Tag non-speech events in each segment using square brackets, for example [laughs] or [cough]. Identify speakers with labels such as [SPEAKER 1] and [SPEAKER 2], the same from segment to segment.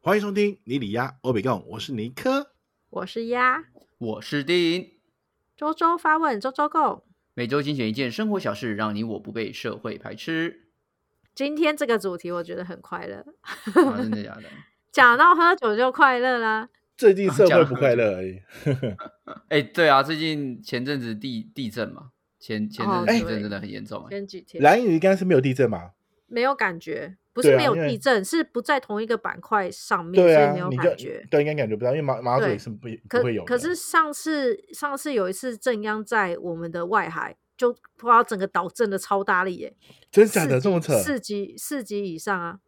[SPEAKER 1] 欢迎收听尼里鸭欧北共，我是尼克。
[SPEAKER 2] 我是鸭，
[SPEAKER 3] 我是丁，
[SPEAKER 2] 周周发问，周周 go。
[SPEAKER 3] 每周精选一件生活小事，让你我不被社会排
[SPEAKER 2] [laughs]
[SPEAKER 3] 斥。
[SPEAKER 2] 今天这个主题我觉得很快乐，
[SPEAKER 3] 啊，真的假的？
[SPEAKER 2] 讲到喝酒就快乐啦。
[SPEAKER 1] 最近
[SPEAKER 2] 啊
[SPEAKER 1] 社会不快乐而已，
[SPEAKER 3] 哎、对啊，最近前阵子地地震嘛，前前
[SPEAKER 2] 哦
[SPEAKER 3] 阵子地
[SPEAKER 2] 对
[SPEAKER 3] 震真的很严重、哎，
[SPEAKER 2] 前几天
[SPEAKER 1] 蓝雨应该是没有地震吧？
[SPEAKER 2] 没有感觉，不
[SPEAKER 1] 对
[SPEAKER 2] 是
[SPEAKER 1] 啊
[SPEAKER 2] 没有
[SPEAKER 1] 因为
[SPEAKER 2] 地震，是不在同一个板块上面，
[SPEAKER 1] 对
[SPEAKER 2] 所以
[SPEAKER 1] 啊
[SPEAKER 2] 没有，
[SPEAKER 1] 你
[SPEAKER 2] 感觉
[SPEAKER 1] 就。对应该感觉不到，因为马马祖
[SPEAKER 2] 对
[SPEAKER 1] 也是不不
[SPEAKER 2] 可
[SPEAKER 1] 会有的。
[SPEAKER 2] 可是上次上次有一次正央在我们的外海，就不知道整个岛震的超大力耶、
[SPEAKER 1] 真
[SPEAKER 2] 四
[SPEAKER 1] 假的
[SPEAKER 2] 级
[SPEAKER 1] 这么扯
[SPEAKER 2] 四级四级以上啊，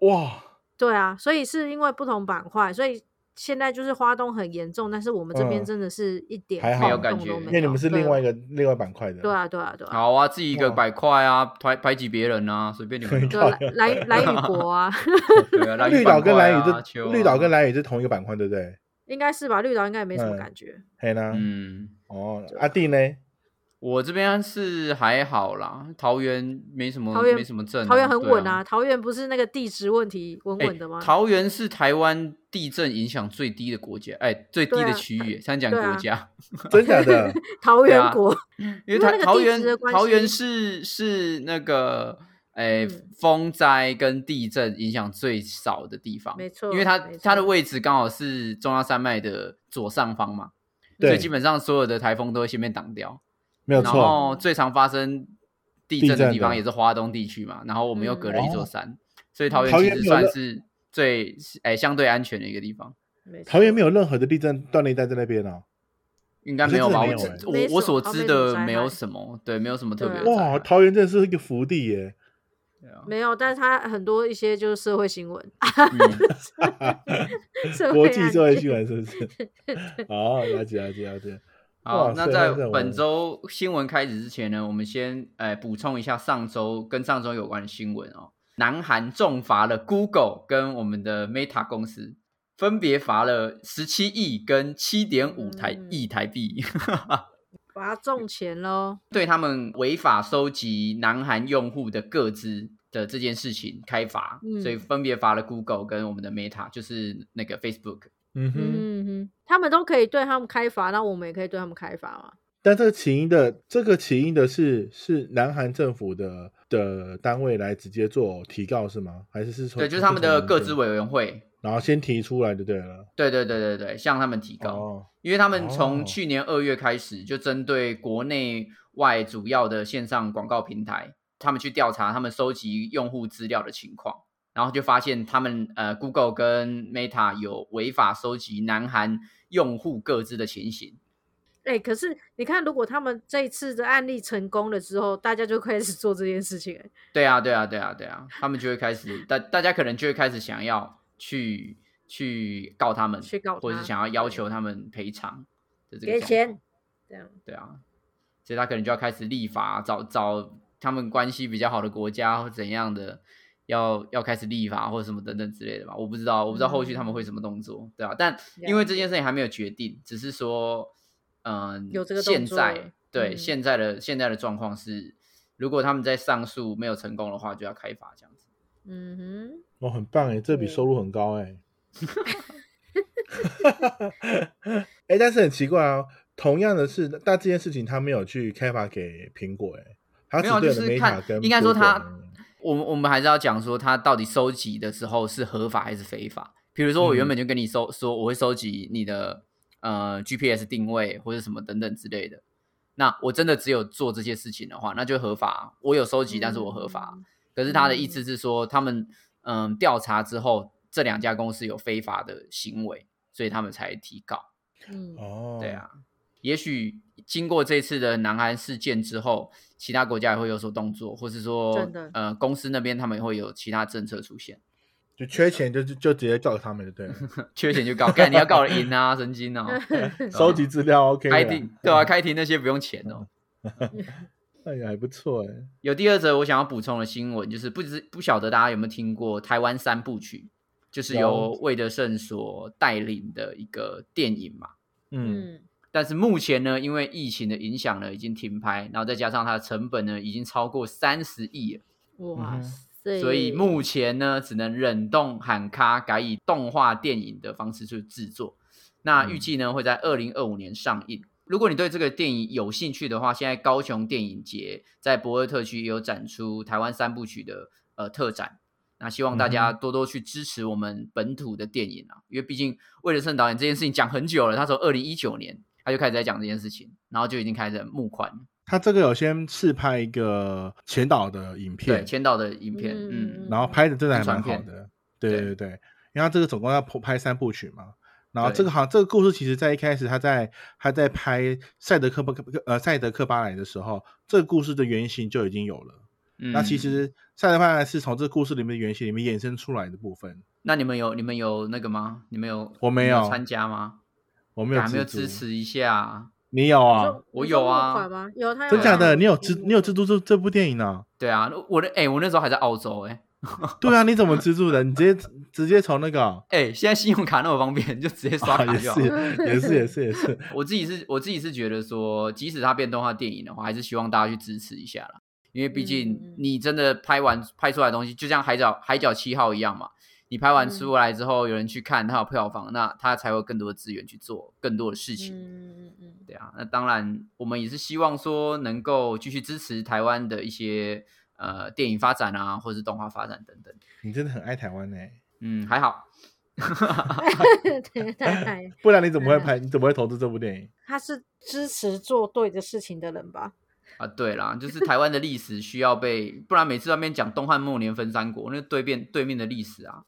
[SPEAKER 1] 哇！
[SPEAKER 2] 对啊，所以是因为不同板块，所以现在就是花东很严重，但是我们这边
[SPEAKER 1] 嗯
[SPEAKER 2] 真的是一点
[SPEAKER 1] 还好
[SPEAKER 2] 晃
[SPEAKER 1] 没有感
[SPEAKER 2] 动都
[SPEAKER 3] 觉
[SPEAKER 2] 没
[SPEAKER 1] 因为你们是
[SPEAKER 2] 对
[SPEAKER 1] 另外一个另外板块的，
[SPEAKER 2] 对，啊，对啊，对啊，
[SPEAKER 3] 好啊，自己一个
[SPEAKER 1] 哇
[SPEAKER 3] 百块啊，排排挤别人啊，随便你们
[SPEAKER 1] 对
[SPEAKER 3] 啊。
[SPEAKER 2] 对啊来来
[SPEAKER 1] [laughs]
[SPEAKER 2] 来雨国啊，
[SPEAKER 3] 对啊，蓝
[SPEAKER 1] 绿
[SPEAKER 3] 屿
[SPEAKER 1] 岛
[SPEAKER 3] 板
[SPEAKER 1] 跟
[SPEAKER 3] 块
[SPEAKER 1] 蓝屿
[SPEAKER 3] 啊，
[SPEAKER 1] 这
[SPEAKER 3] 秋啊
[SPEAKER 1] 绿岛跟蓝屿是同一个板块，对不对？
[SPEAKER 2] 应该是吧？绿岛应该也没什么
[SPEAKER 1] 嗯
[SPEAKER 2] 感觉。
[SPEAKER 1] 嘿啦，
[SPEAKER 3] 嗯，
[SPEAKER 1] 哦，阿弟呢？
[SPEAKER 3] 我这边是还好啦，桃园没什么，
[SPEAKER 2] 桃园
[SPEAKER 3] 没什么震、啊，
[SPEAKER 2] 桃园很
[SPEAKER 3] 对
[SPEAKER 2] 稳
[SPEAKER 3] 啊
[SPEAKER 2] 啊，。桃园不是那个地质问题稳
[SPEAKER 3] 哎
[SPEAKER 2] 稳的吗？
[SPEAKER 3] 桃园是台湾地震影响最低的国家，哎、最低
[SPEAKER 2] 对啊
[SPEAKER 3] 的区域，三讲
[SPEAKER 2] 对啊
[SPEAKER 3] 国家。
[SPEAKER 1] 真假
[SPEAKER 2] [laughs]
[SPEAKER 1] 的？
[SPEAKER 2] 桃
[SPEAKER 3] 对
[SPEAKER 2] 园
[SPEAKER 3] 啊
[SPEAKER 2] 国
[SPEAKER 3] 因为
[SPEAKER 2] 因为
[SPEAKER 3] 桃
[SPEAKER 2] 那个
[SPEAKER 3] 桃
[SPEAKER 2] 地
[SPEAKER 3] 园
[SPEAKER 2] 质的关
[SPEAKER 3] 桃园
[SPEAKER 2] 系
[SPEAKER 3] 是是那个诶、
[SPEAKER 2] 嗯
[SPEAKER 3] 风灾跟地震影响最少的地方，
[SPEAKER 2] 没错
[SPEAKER 3] 因为它
[SPEAKER 2] 没
[SPEAKER 3] 它的
[SPEAKER 2] 错
[SPEAKER 3] 位置刚好是中央山脉的左上方嘛，所
[SPEAKER 1] 对
[SPEAKER 3] 以基本上所有的台风都会先被挡掉。
[SPEAKER 1] 没有
[SPEAKER 3] 然
[SPEAKER 1] 错，
[SPEAKER 3] 后最常发生
[SPEAKER 1] 地
[SPEAKER 3] 地震的
[SPEAKER 1] 震
[SPEAKER 3] 地
[SPEAKER 1] 的
[SPEAKER 3] 方也是华东地区嘛，然后我们又隔了一
[SPEAKER 1] 嗯哦
[SPEAKER 3] 座山，所以桃园
[SPEAKER 1] 嗯桃
[SPEAKER 3] 其
[SPEAKER 1] 园
[SPEAKER 3] 实
[SPEAKER 1] 没有
[SPEAKER 3] 算
[SPEAKER 1] 任
[SPEAKER 3] 是最诶、相对安全的一个地方。
[SPEAKER 2] 没错
[SPEAKER 1] 桃园没有任何的地震断裂带在那边哦。
[SPEAKER 3] 应该
[SPEAKER 1] 可
[SPEAKER 3] 没
[SPEAKER 1] 是
[SPEAKER 3] 有
[SPEAKER 1] 真的
[SPEAKER 3] 吧？
[SPEAKER 1] 没有
[SPEAKER 2] 欸没
[SPEAKER 3] 我知我我
[SPEAKER 2] 什
[SPEAKER 3] 所
[SPEAKER 2] 么
[SPEAKER 3] 知
[SPEAKER 2] 没什么灾
[SPEAKER 3] 的没有
[SPEAKER 2] 害
[SPEAKER 3] 什么，对，没有什么特
[SPEAKER 2] 对
[SPEAKER 3] 别
[SPEAKER 2] 啊
[SPEAKER 3] 的灾害。
[SPEAKER 1] 哇，桃园真的是一个福地
[SPEAKER 2] [laughs]
[SPEAKER 1] 耶！ [laughs]
[SPEAKER 3] 对啊
[SPEAKER 2] 没有，但是它很多一些就是社会新闻， [laughs]
[SPEAKER 3] 嗯
[SPEAKER 2] 啊社
[SPEAKER 1] 国
[SPEAKER 2] 会
[SPEAKER 1] 际
[SPEAKER 2] 案
[SPEAKER 1] 社会
[SPEAKER 2] 件
[SPEAKER 1] 新闻是不是？哦，了解了解了解。哇
[SPEAKER 3] 好，那
[SPEAKER 1] 塞
[SPEAKER 3] 在
[SPEAKER 1] 那这样我
[SPEAKER 3] 本
[SPEAKER 1] 们
[SPEAKER 3] 周新闻开始之前呢，我们先呃补充一下上周跟上周有关的新闻哦。南韩重罚了 Google 跟我们的 Meta 公司，分别罚了十七亿跟七点五台
[SPEAKER 2] 嗯
[SPEAKER 3] 亿台币， [laughs]
[SPEAKER 2] 把它种钱喽。
[SPEAKER 3] 对他们违法收集南韩用户的个资的这件事情开罚，
[SPEAKER 2] 嗯
[SPEAKER 3] 所以分别罚了 Google 跟我们的 Meta，就是那个 Facebook。
[SPEAKER 1] 嗯哼，
[SPEAKER 2] 嗯哼，他们都可以对他们开罚，那我们也可以对他们开罚嘛？
[SPEAKER 1] 但这个起因的这个起因的是是南韩政府的的单位来直接做提告是吗？还是是从
[SPEAKER 3] 对，就是他们的各自
[SPEAKER 1] 自
[SPEAKER 3] 委员会。
[SPEAKER 1] 然后先提出来就对了。
[SPEAKER 3] 对对对对对，向他们提高。
[SPEAKER 1] 哦，
[SPEAKER 3] 因为他们
[SPEAKER 1] 哦
[SPEAKER 3] 从去年二月开始，就针对国内外主要的线上广告平台，他们去调查他们收集用户资料的情况，然后就发现他们呃，Google 跟 Meta 有违法收集南韩用户各自的情形。
[SPEAKER 2] 哎、可是你看，如果他们这一次的案例成功了之后，大家就开始做这件事情、哎
[SPEAKER 3] 对啊，对啊，对啊，对啊，他们就会开始，大大家可能就会开始想要去去告他们，
[SPEAKER 2] 去告他
[SPEAKER 3] 或者是想要要求他们赔偿的这个
[SPEAKER 2] 给
[SPEAKER 3] 想法
[SPEAKER 2] 钱，这样
[SPEAKER 3] 对啊，所以他可能就要开始立法，找找他们关系比较好的国家或怎样的，要要开始立法或者什么等等之类的吧。我不知道，我不知道后续他
[SPEAKER 2] 嗯
[SPEAKER 3] 们会什么动作，对啊，但因为这件事情还没有决定，只是说，嗯、
[SPEAKER 2] 有这个动
[SPEAKER 3] 现
[SPEAKER 2] 作了
[SPEAKER 3] 在对、
[SPEAKER 2] 嗯
[SPEAKER 3] 现在的现在的状况是，如果他们在上诉没有成功的话，就要开罚这样子。
[SPEAKER 2] 嗯
[SPEAKER 1] 哦，很棒哎，这笔
[SPEAKER 2] 对
[SPEAKER 1] 收入很高
[SPEAKER 3] [laughs]
[SPEAKER 1] 哎。哎，但是很奇怪哦，同样的是，但这件事情他没有去开发给苹果哎，他
[SPEAKER 3] 没
[SPEAKER 1] 只
[SPEAKER 3] 有啊，
[SPEAKER 1] 对
[SPEAKER 3] 就
[SPEAKER 1] 了
[SPEAKER 3] 是
[SPEAKER 1] Meta
[SPEAKER 3] 看
[SPEAKER 1] 跟，
[SPEAKER 3] 应该说
[SPEAKER 1] Google
[SPEAKER 3] 他，我们我们还是要讲说他到底收集的时候是合法还是非法。比如说，我原本就跟你收、说我会收集你的呃 GPS 定位或者什么等等之类的。那我真的只有做这些事情的话，那就合法。我有收集，
[SPEAKER 2] 嗯
[SPEAKER 3] 但是我合法。可是他的意思是说，他们嗯调查之后，这两家公司有非法的行为，所以他们才提告。
[SPEAKER 2] 哼，嗯，
[SPEAKER 1] 哦，
[SPEAKER 3] 对，啊，也许经过这次的南韩事件之后，其他国家也会有所动作，或是说
[SPEAKER 2] 真的，
[SPEAKER 3] 呃，公司那边他们也会有其他政策出现。 [laughs]
[SPEAKER 1] 就缺钱就就就直接告他们就对了，
[SPEAKER 3] 缺钱就告，干你要告赢啊，神经
[SPEAKER 2] [laughs]
[SPEAKER 3] 哦！
[SPEAKER 1] 收集资料嗯 OK
[SPEAKER 3] 开
[SPEAKER 1] 啦
[SPEAKER 3] 庭，对啊，开庭那些不用钱哦。
[SPEAKER 1] 哎呀，还不错哎。
[SPEAKER 3] 有第二则我想要补充的新闻，就是不知不晓得大家有没有听过台湾三部曲，就是由
[SPEAKER 1] 有
[SPEAKER 3] 魏德胜所带领的一个电影嘛。
[SPEAKER 1] 嗯，
[SPEAKER 2] 嗯，
[SPEAKER 3] 但是目前呢，因为疫情的影响呢，已经停拍，然后再加上它的成本呢，已经超过三十亿了。
[SPEAKER 2] 哇
[SPEAKER 1] 嗯哼
[SPEAKER 2] 塞，对
[SPEAKER 3] 所以目前呢，只能忍冻喊卡，改以动画电影的方式去制作。那预计呢会在二零二五年上映。如果你对这个电影有兴趣的话，现在高雄电影节在博尔特区也有展出台湾三部曲的呃特展。那希望大家多多去支持我们本土的电影啊，因为毕竟魏德胜导演这件事情讲很久了，他从二零一九年他就开始在讲这件事情，然后就已经开始募款，
[SPEAKER 1] 他这个有先试拍一个前导的影
[SPEAKER 3] 对
[SPEAKER 1] 片，
[SPEAKER 3] 签到的影片，
[SPEAKER 2] 嗯
[SPEAKER 3] 嗯
[SPEAKER 1] 然后拍的真的还
[SPEAKER 3] 宣传
[SPEAKER 1] 蛮好
[SPEAKER 3] 片
[SPEAKER 1] 的。对对
[SPEAKER 3] 对
[SPEAKER 1] 对对，因为他这个总共要拍拍三部曲嘛。然后
[SPEAKER 3] 对
[SPEAKER 1] 这个好像这个故事其实在一开始他在他在拍《赛德克巴呃赛德克巴莱》的时候，这个故事的原型就已经有了。
[SPEAKER 3] 嗯
[SPEAKER 1] 那其实《赛德克巴莱》是从这个故事里面的原型里面衍生出来的部分。
[SPEAKER 3] 那你们有你们有那个吗？你们有
[SPEAKER 1] 我没
[SPEAKER 3] 你们
[SPEAKER 1] 有
[SPEAKER 3] 参加吗？
[SPEAKER 1] 我没有
[SPEAKER 3] 还没有
[SPEAKER 1] 蜘蛛
[SPEAKER 3] 支，持一下？
[SPEAKER 1] 你有
[SPEAKER 2] 你
[SPEAKER 1] 啊
[SPEAKER 2] 说？
[SPEAKER 3] 我
[SPEAKER 2] 你说
[SPEAKER 3] 有啊
[SPEAKER 2] 募款吗？有嗯他
[SPEAKER 1] 真假的？你有蜘
[SPEAKER 2] 支
[SPEAKER 1] 你有蜘蛛这这部电影呢、
[SPEAKER 3] 对啊，我的哎、我那时候还在澳洲哎、
[SPEAKER 1] 对啊，你怎么资助的？你直接直接从那个哦、
[SPEAKER 3] 哎、现在信用卡那么方便， [laughs] 你就直接刷
[SPEAKER 1] 啊
[SPEAKER 3] 卡
[SPEAKER 1] 也
[SPEAKER 3] 就好。
[SPEAKER 1] 是
[SPEAKER 3] [laughs]
[SPEAKER 1] 也是也是也是，
[SPEAKER 3] 我自己是我自己是觉得说，即使它变动画电影的话，还是希望大家去支持一下啦。因为毕
[SPEAKER 2] 嗯嗯
[SPEAKER 3] 竟
[SPEAKER 2] 嗯
[SPEAKER 3] 你真的拍完拍出来的东西，就像海角海角七号一样嘛，你拍完
[SPEAKER 2] 嗯
[SPEAKER 3] 出来之后，有人去看，它有票房，那它才会有更多的资源去做更多的事情。
[SPEAKER 2] 嗯嗯嗯 [laughs]
[SPEAKER 3] 对啊，那当然，我们也是希望说能够继续支持台湾的一些呃电影发展啊，或是动画发展等等。
[SPEAKER 1] 你真的很爱台湾呢、
[SPEAKER 3] 嗯，还好，
[SPEAKER 2] 嗯，对太太
[SPEAKER 1] 不然你怎么
[SPEAKER 3] 啊
[SPEAKER 1] 会拍？你怎么会投资这部电影？
[SPEAKER 2] 他是支持做对的事情的人吧？
[SPEAKER 3] 啊，对啦，就是台湾的历史需要被，不然每次外面讲东汉末年分三国，那对面对面的历史啊，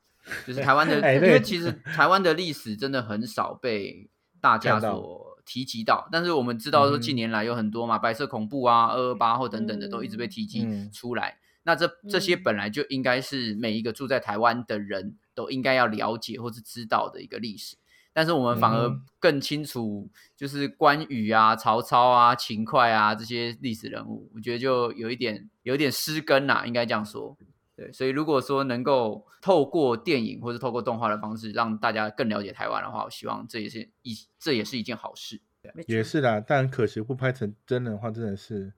[SPEAKER 3] 就是台湾的，
[SPEAKER 1] [laughs] 哎
[SPEAKER 3] 因
[SPEAKER 1] 对
[SPEAKER 3] 为其实台湾的历史真的很少被大家
[SPEAKER 1] 看到嗯
[SPEAKER 3] 所提及到，但是我们知道说近年来有很多嘛，白色恐怖啊、二二八或等等的都一直被提及
[SPEAKER 1] 嗯
[SPEAKER 3] 出来。那这这些
[SPEAKER 2] 嗯
[SPEAKER 3] 本来就应该是每一个住在台湾的人都应该要了解或是知道的一个历史，但是我们反而
[SPEAKER 1] 嗯
[SPEAKER 3] 更清楚，就是关羽啊、曹操啊、秦桧啊这些历史人物，我觉得就有一点有一点失根啦、应该这样说。对，所以如果说能够透过电影或者透过动画的方式，让大家更了解台湾的话，我希望这也是一这也是一件好事。
[SPEAKER 2] 没
[SPEAKER 1] 也
[SPEAKER 2] 错
[SPEAKER 1] 是啦，但很可惜不拍成真人的话，真的是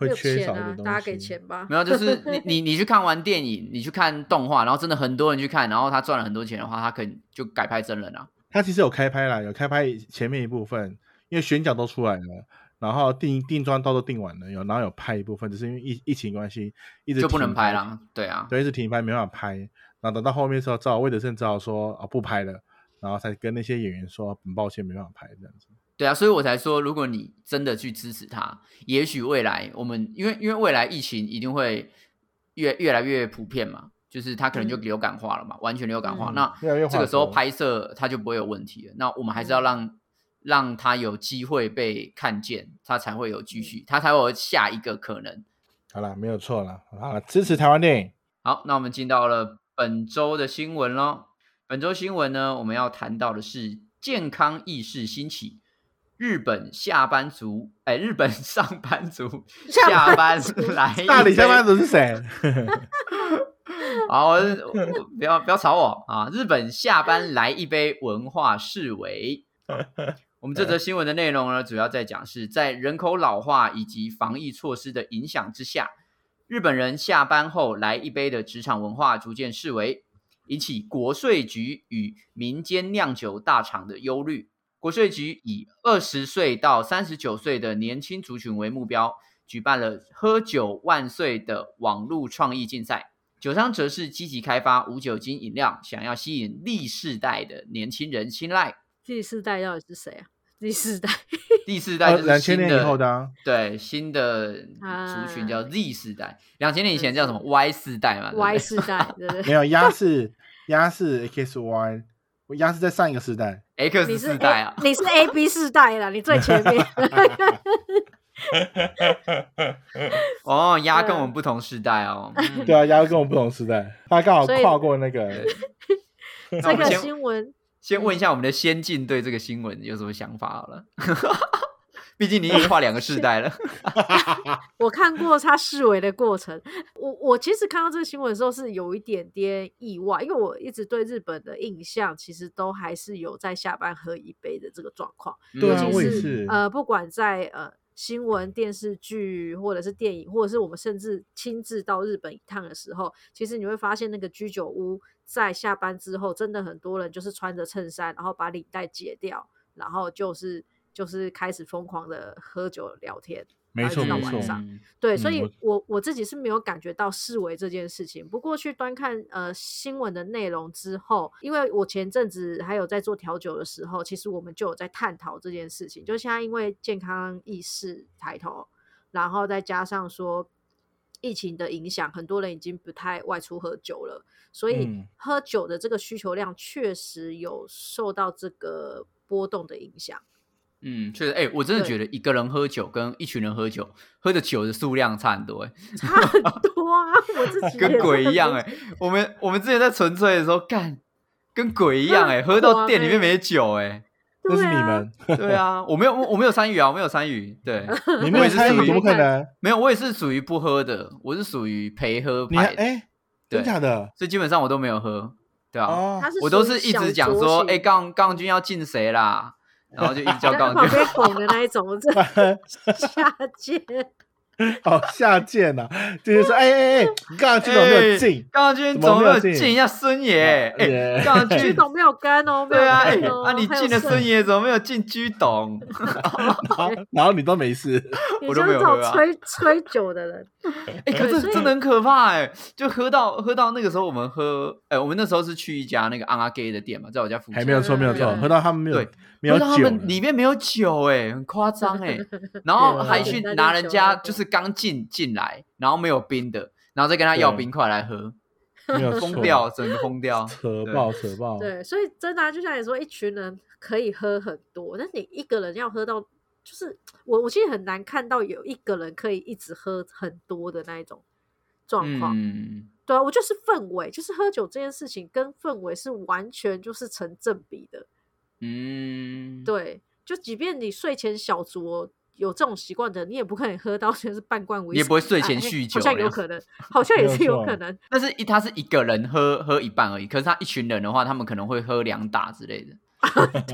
[SPEAKER 2] 没
[SPEAKER 1] 会
[SPEAKER 2] 有
[SPEAKER 1] 缺
[SPEAKER 2] 钱
[SPEAKER 1] 少
[SPEAKER 2] 啊
[SPEAKER 1] 的东西。
[SPEAKER 2] 大家给钱吧。
[SPEAKER 3] 没
[SPEAKER 1] [laughs]
[SPEAKER 3] 有，就是你你你去看完电影，你去看动画，然后真的很多人去看，然后他赚了很多钱的话，他可能就改拍真人啊。
[SPEAKER 1] 他其实有开拍啦，有开拍前面一部分，因为选角都出来了，然后定定妆都都定完了，有然后有拍一部分，只是因为疫疫情关系，一直
[SPEAKER 3] 就不能
[SPEAKER 1] 停
[SPEAKER 3] 拍啦。对啊，
[SPEAKER 1] 对，一直停拍没办法拍。然后等到后面的时候，只好魏德胜只好说啊、不拍了，然后才跟那些演员说很抱歉没办法拍这样子。
[SPEAKER 3] 对啊，所以我才说，如果你真的去支持他，也许未来我们因为因为未来疫情一定会越越来越普遍嘛，就是他可能就
[SPEAKER 2] 嗯
[SPEAKER 3] 流感化了嘛，完全流感化。
[SPEAKER 2] 嗯
[SPEAKER 3] 那
[SPEAKER 1] 越来越
[SPEAKER 3] 这
[SPEAKER 1] 化
[SPEAKER 3] 个时候
[SPEAKER 1] 学
[SPEAKER 3] 拍摄它就不会有问题了。那我们还是
[SPEAKER 2] 嗯
[SPEAKER 3] 要让、让他有机会被看见，他才会有
[SPEAKER 2] 嗯
[SPEAKER 3] 继续，他才会有下一个可能。
[SPEAKER 1] 好啦，没有错啦，好啦，支持台湾电影。
[SPEAKER 3] 好，那我们进到了本周的新闻喽。本周新闻呢，我们要谈到的是健康意识兴起，日本下班族，哎，日本上班族下
[SPEAKER 2] 下 [laughs]
[SPEAKER 3] 班来一
[SPEAKER 1] 大理下班
[SPEAKER 3] 哎杯。
[SPEAKER 1] 族是谁？
[SPEAKER 3] 好，我是我不要不要吵我啊！日本下班来一杯文化示威。我们这则新闻的内容呢，主要在讲是在人口老化以及防疫措施的影响之下，日本人下班后来一杯的职场文化逐渐视为，引起国税局与民间酿酒大厂的忧虑。国税局以二十岁到三十九岁的年轻族群为目标，举办了“喝酒万岁”的网络创意竞赛。酒商则是积极开发无酒精饮料，想要吸引历世代的年轻人青睐。
[SPEAKER 2] 第四代到底是谁啊？第四
[SPEAKER 3] [laughs]
[SPEAKER 2] 代
[SPEAKER 3] 第四代
[SPEAKER 1] 呃，
[SPEAKER 3] 就是
[SPEAKER 1] 两
[SPEAKER 3] 新
[SPEAKER 1] 千年以后的、啊，
[SPEAKER 3] 对新的族群叫
[SPEAKER 2] 啊
[SPEAKER 3] Z 世代，两千年以前叫什么 Y 世代嘛对不对
[SPEAKER 2] Y 世代，对不
[SPEAKER 1] 没
[SPEAKER 2] 对？
[SPEAKER 1] 有鸭是鸭是 XY，我鸭是在上一个时代。
[SPEAKER 2] 你
[SPEAKER 3] X
[SPEAKER 2] 是
[SPEAKER 3] 世
[SPEAKER 2] A-
[SPEAKER 3] 代啊，
[SPEAKER 2] 你是 A B 世代啦，你最
[SPEAKER 3] [laughs]
[SPEAKER 2] 前面。
[SPEAKER 3] [laughs] 哦，鸭跟我们不同世
[SPEAKER 2] [laughs]
[SPEAKER 3] 代哦。
[SPEAKER 1] [laughs]
[SPEAKER 3] 嗯
[SPEAKER 1] 对啊，鸭跟我不同时代，他刚好
[SPEAKER 2] 所以
[SPEAKER 1] 跨过那个。
[SPEAKER 3] 那
[SPEAKER 2] 这
[SPEAKER 3] 我
[SPEAKER 2] 个
[SPEAKER 3] 们先
[SPEAKER 2] 新闻
[SPEAKER 3] 先问一下我们的先进对这个新闻有什么想法好了， [laughs] 毕竟你也跨两个世
[SPEAKER 2] [laughs]
[SPEAKER 3] 代了。
[SPEAKER 2] 我看过他视为的过程。我我其实看到这个新闻的时候是有一点点意外，因为我一直对日本的印象其实都还是有在下班喝一杯的这个状况。
[SPEAKER 1] 对
[SPEAKER 3] 嗯
[SPEAKER 2] 尤
[SPEAKER 1] 啊，
[SPEAKER 2] 其
[SPEAKER 1] 我也
[SPEAKER 2] 是
[SPEAKER 1] 是。
[SPEAKER 2] 呃，不管在呃新闻、电视剧或者是电影，或者是我们甚至亲自到日本一趟的时候，其实你会发现那个居酒屋在下班之后，真的很多人就是穿着衬衫，然后把领带解掉，然后就是就是开始疯狂的喝酒聊天。
[SPEAKER 1] 没错
[SPEAKER 2] 到
[SPEAKER 1] 没
[SPEAKER 2] 晚
[SPEAKER 1] 错，
[SPEAKER 2] 上对，所
[SPEAKER 1] 嗯
[SPEAKER 2] 以
[SPEAKER 1] 我
[SPEAKER 2] 我我自己是没有感觉到示威这件事情。不过去端看呃新闻的内容之后，因为我前阵子还有在做调酒的时候，其实我们就有在探讨这件事情。就现在因为健康意识抬头，然后再加上说疫情的影响，很多人已经不太外出喝酒了，所以
[SPEAKER 1] 嗯
[SPEAKER 2] 喝酒的这个需求量确实有受到这个波动的影响。
[SPEAKER 3] 嗯，确实，哎、我真的
[SPEAKER 2] 对
[SPEAKER 3] 觉得一个人喝酒跟一群人喝酒，喝的酒的数量差很多、哎，
[SPEAKER 2] 差很多啊！我自 [laughs] 己也
[SPEAKER 3] 跟
[SPEAKER 2] 是
[SPEAKER 3] 鬼一
[SPEAKER 2] 很
[SPEAKER 3] 样、
[SPEAKER 2] 明
[SPEAKER 1] 欸
[SPEAKER 3] 哎， [laughs] 我们我们之前在纯粹的时候，干跟鬼一样、哎，
[SPEAKER 2] 狂
[SPEAKER 3] 喝到店里
[SPEAKER 2] 哎
[SPEAKER 3] 面没酒、哎，
[SPEAKER 1] 那是
[SPEAKER 2] 对
[SPEAKER 1] 你
[SPEAKER 2] 啊
[SPEAKER 1] 们，
[SPEAKER 3] 对啊，我没有我没有参与啊，我没有参与，
[SPEAKER 2] [laughs]
[SPEAKER 3] 对，啊
[SPEAKER 1] 你没有
[SPEAKER 3] 我也是
[SPEAKER 1] 参
[SPEAKER 3] 属
[SPEAKER 1] 与，
[SPEAKER 3] 于
[SPEAKER 1] 怎么可能？
[SPEAKER 3] 没有，我也是属于不喝的，我是属于陪喝
[SPEAKER 1] 你还
[SPEAKER 3] 派的，
[SPEAKER 1] 哎，
[SPEAKER 3] 对
[SPEAKER 1] 真假的？
[SPEAKER 3] 所以基本上我都没有喝，对啊，
[SPEAKER 1] 哦
[SPEAKER 2] 他，是
[SPEAKER 3] 我都
[SPEAKER 2] 属于
[SPEAKER 3] 是一
[SPEAKER 2] 小
[SPEAKER 3] 直讲
[SPEAKER 2] 酌
[SPEAKER 3] 说，
[SPEAKER 2] 型
[SPEAKER 3] 哎、杠杠君要进谁啦，然后就一直
[SPEAKER 2] [laughs]
[SPEAKER 3] 叫
[SPEAKER 2] 在
[SPEAKER 3] 杠
[SPEAKER 2] 旁
[SPEAKER 3] 君，
[SPEAKER 2] 边拱的那一种，我
[SPEAKER 3] [laughs]
[SPEAKER 2] 真的下贱。
[SPEAKER 3] 哎
[SPEAKER 1] 好哦下贱呐！就是说，哎哎哎，刚刚这种没有进，
[SPEAKER 3] 杠君
[SPEAKER 1] 怎
[SPEAKER 3] 怎
[SPEAKER 1] 么
[SPEAKER 3] 么
[SPEAKER 1] 没
[SPEAKER 3] 没
[SPEAKER 1] 有
[SPEAKER 3] 有
[SPEAKER 1] 进
[SPEAKER 3] 敬一下孙
[SPEAKER 1] [laughs]
[SPEAKER 3] 爷？哎、
[SPEAKER 1] 耶
[SPEAKER 3] 杠
[SPEAKER 2] 居
[SPEAKER 3] 君。
[SPEAKER 2] 董没有干哦，没有
[SPEAKER 3] 对啊，哎、
[SPEAKER 2] 干哦。
[SPEAKER 3] 啊，你
[SPEAKER 2] 还有
[SPEAKER 3] 进了
[SPEAKER 2] 剩
[SPEAKER 3] 孙爷，怎么没有进居董？
[SPEAKER 1] 然后然后你都没事，
[SPEAKER 2] 你
[SPEAKER 3] 我
[SPEAKER 2] 就
[SPEAKER 3] 都
[SPEAKER 2] 是
[SPEAKER 3] 没
[SPEAKER 2] 这
[SPEAKER 3] 有
[SPEAKER 2] 种
[SPEAKER 3] 喝啊
[SPEAKER 2] 吹吹酒的人，
[SPEAKER 3] 哎、可
[SPEAKER 2] 对
[SPEAKER 3] 是
[SPEAKER 2] 所以
[SPEAKER 3] 真的很可怕哎、就喝到喝到那个时候，我们喝，哎、我们那时候是去一家那个昂阿 gay 的店嘛，在我家附近，
[SPEAKER 1] 还没有错没有错，
[SPEAKER 2] 嗯
[SPEAKER 1] 喝到他们没有
[SPEAKER 3] 对
[SPEAKER 1] 没有
[SPEAKER 3] 喝到他
[SPEAKER 1] 酒了
[SPEAKER 3] 们，里面没有酒哎、很夸张 [laughs] 哎，然后还去拿人家就是刚进进来，然后没有冰的，然后再跟他要冰块来喝，
[SPEAKER 1] 啊没有
[SPEAKER 3] 疯
[SPEAKER 1] 错
[SPEAKER 3] 掉，整个疯 [laughs] 掉，
[SPEAKER 1] 扯爆扯
[SPEAKER 3] 哦
[SPEAKER 1] 爆，
[SPEAKER 2] 对，所以真的啊、就像你说，一群人可以喝很多，但你一个人要喝到，就是我我其实很难看到有一个人可以一直喝很多的那一种状况。
[SPEAKER 3] 嗯，
[SPEAKER 2] 对啊，我就是氛围，就是喝酒这件事情跟氛围是完全就是成正比的。
[SPEAKER 3] 嗯，
[SPEAKER 2] 对，就即便你睡前小酌有这种习惯的，你也不可能喝到 [laughs] 全是半罐威士忌，
[SPEAKER 3] 你也不会睡
[SPEAKER 2] 哎
[SPEAKER 3] 前
[SPEAKER 2] 哎
[SPEAKER 3] 酗
[SPEAKER 2] 好
[SPEAKER 3] 酒啊
[SPEAKER 2] 像
[SPEAKER 3] 那
[SPEAKER 2] 有
[SPEAKER 3] 样
[SPEAKER 2] 可能，好像也
[SPEAKER 1] 没有
[SPEAKER 2] 是有
[SPEAKER 1] 错
[SPEAKER 2] 可能。
[SPEAKER 3] 但是一他是一个人喝喝一半而已，可是他一群人的话，他们可能会喝两打之类的。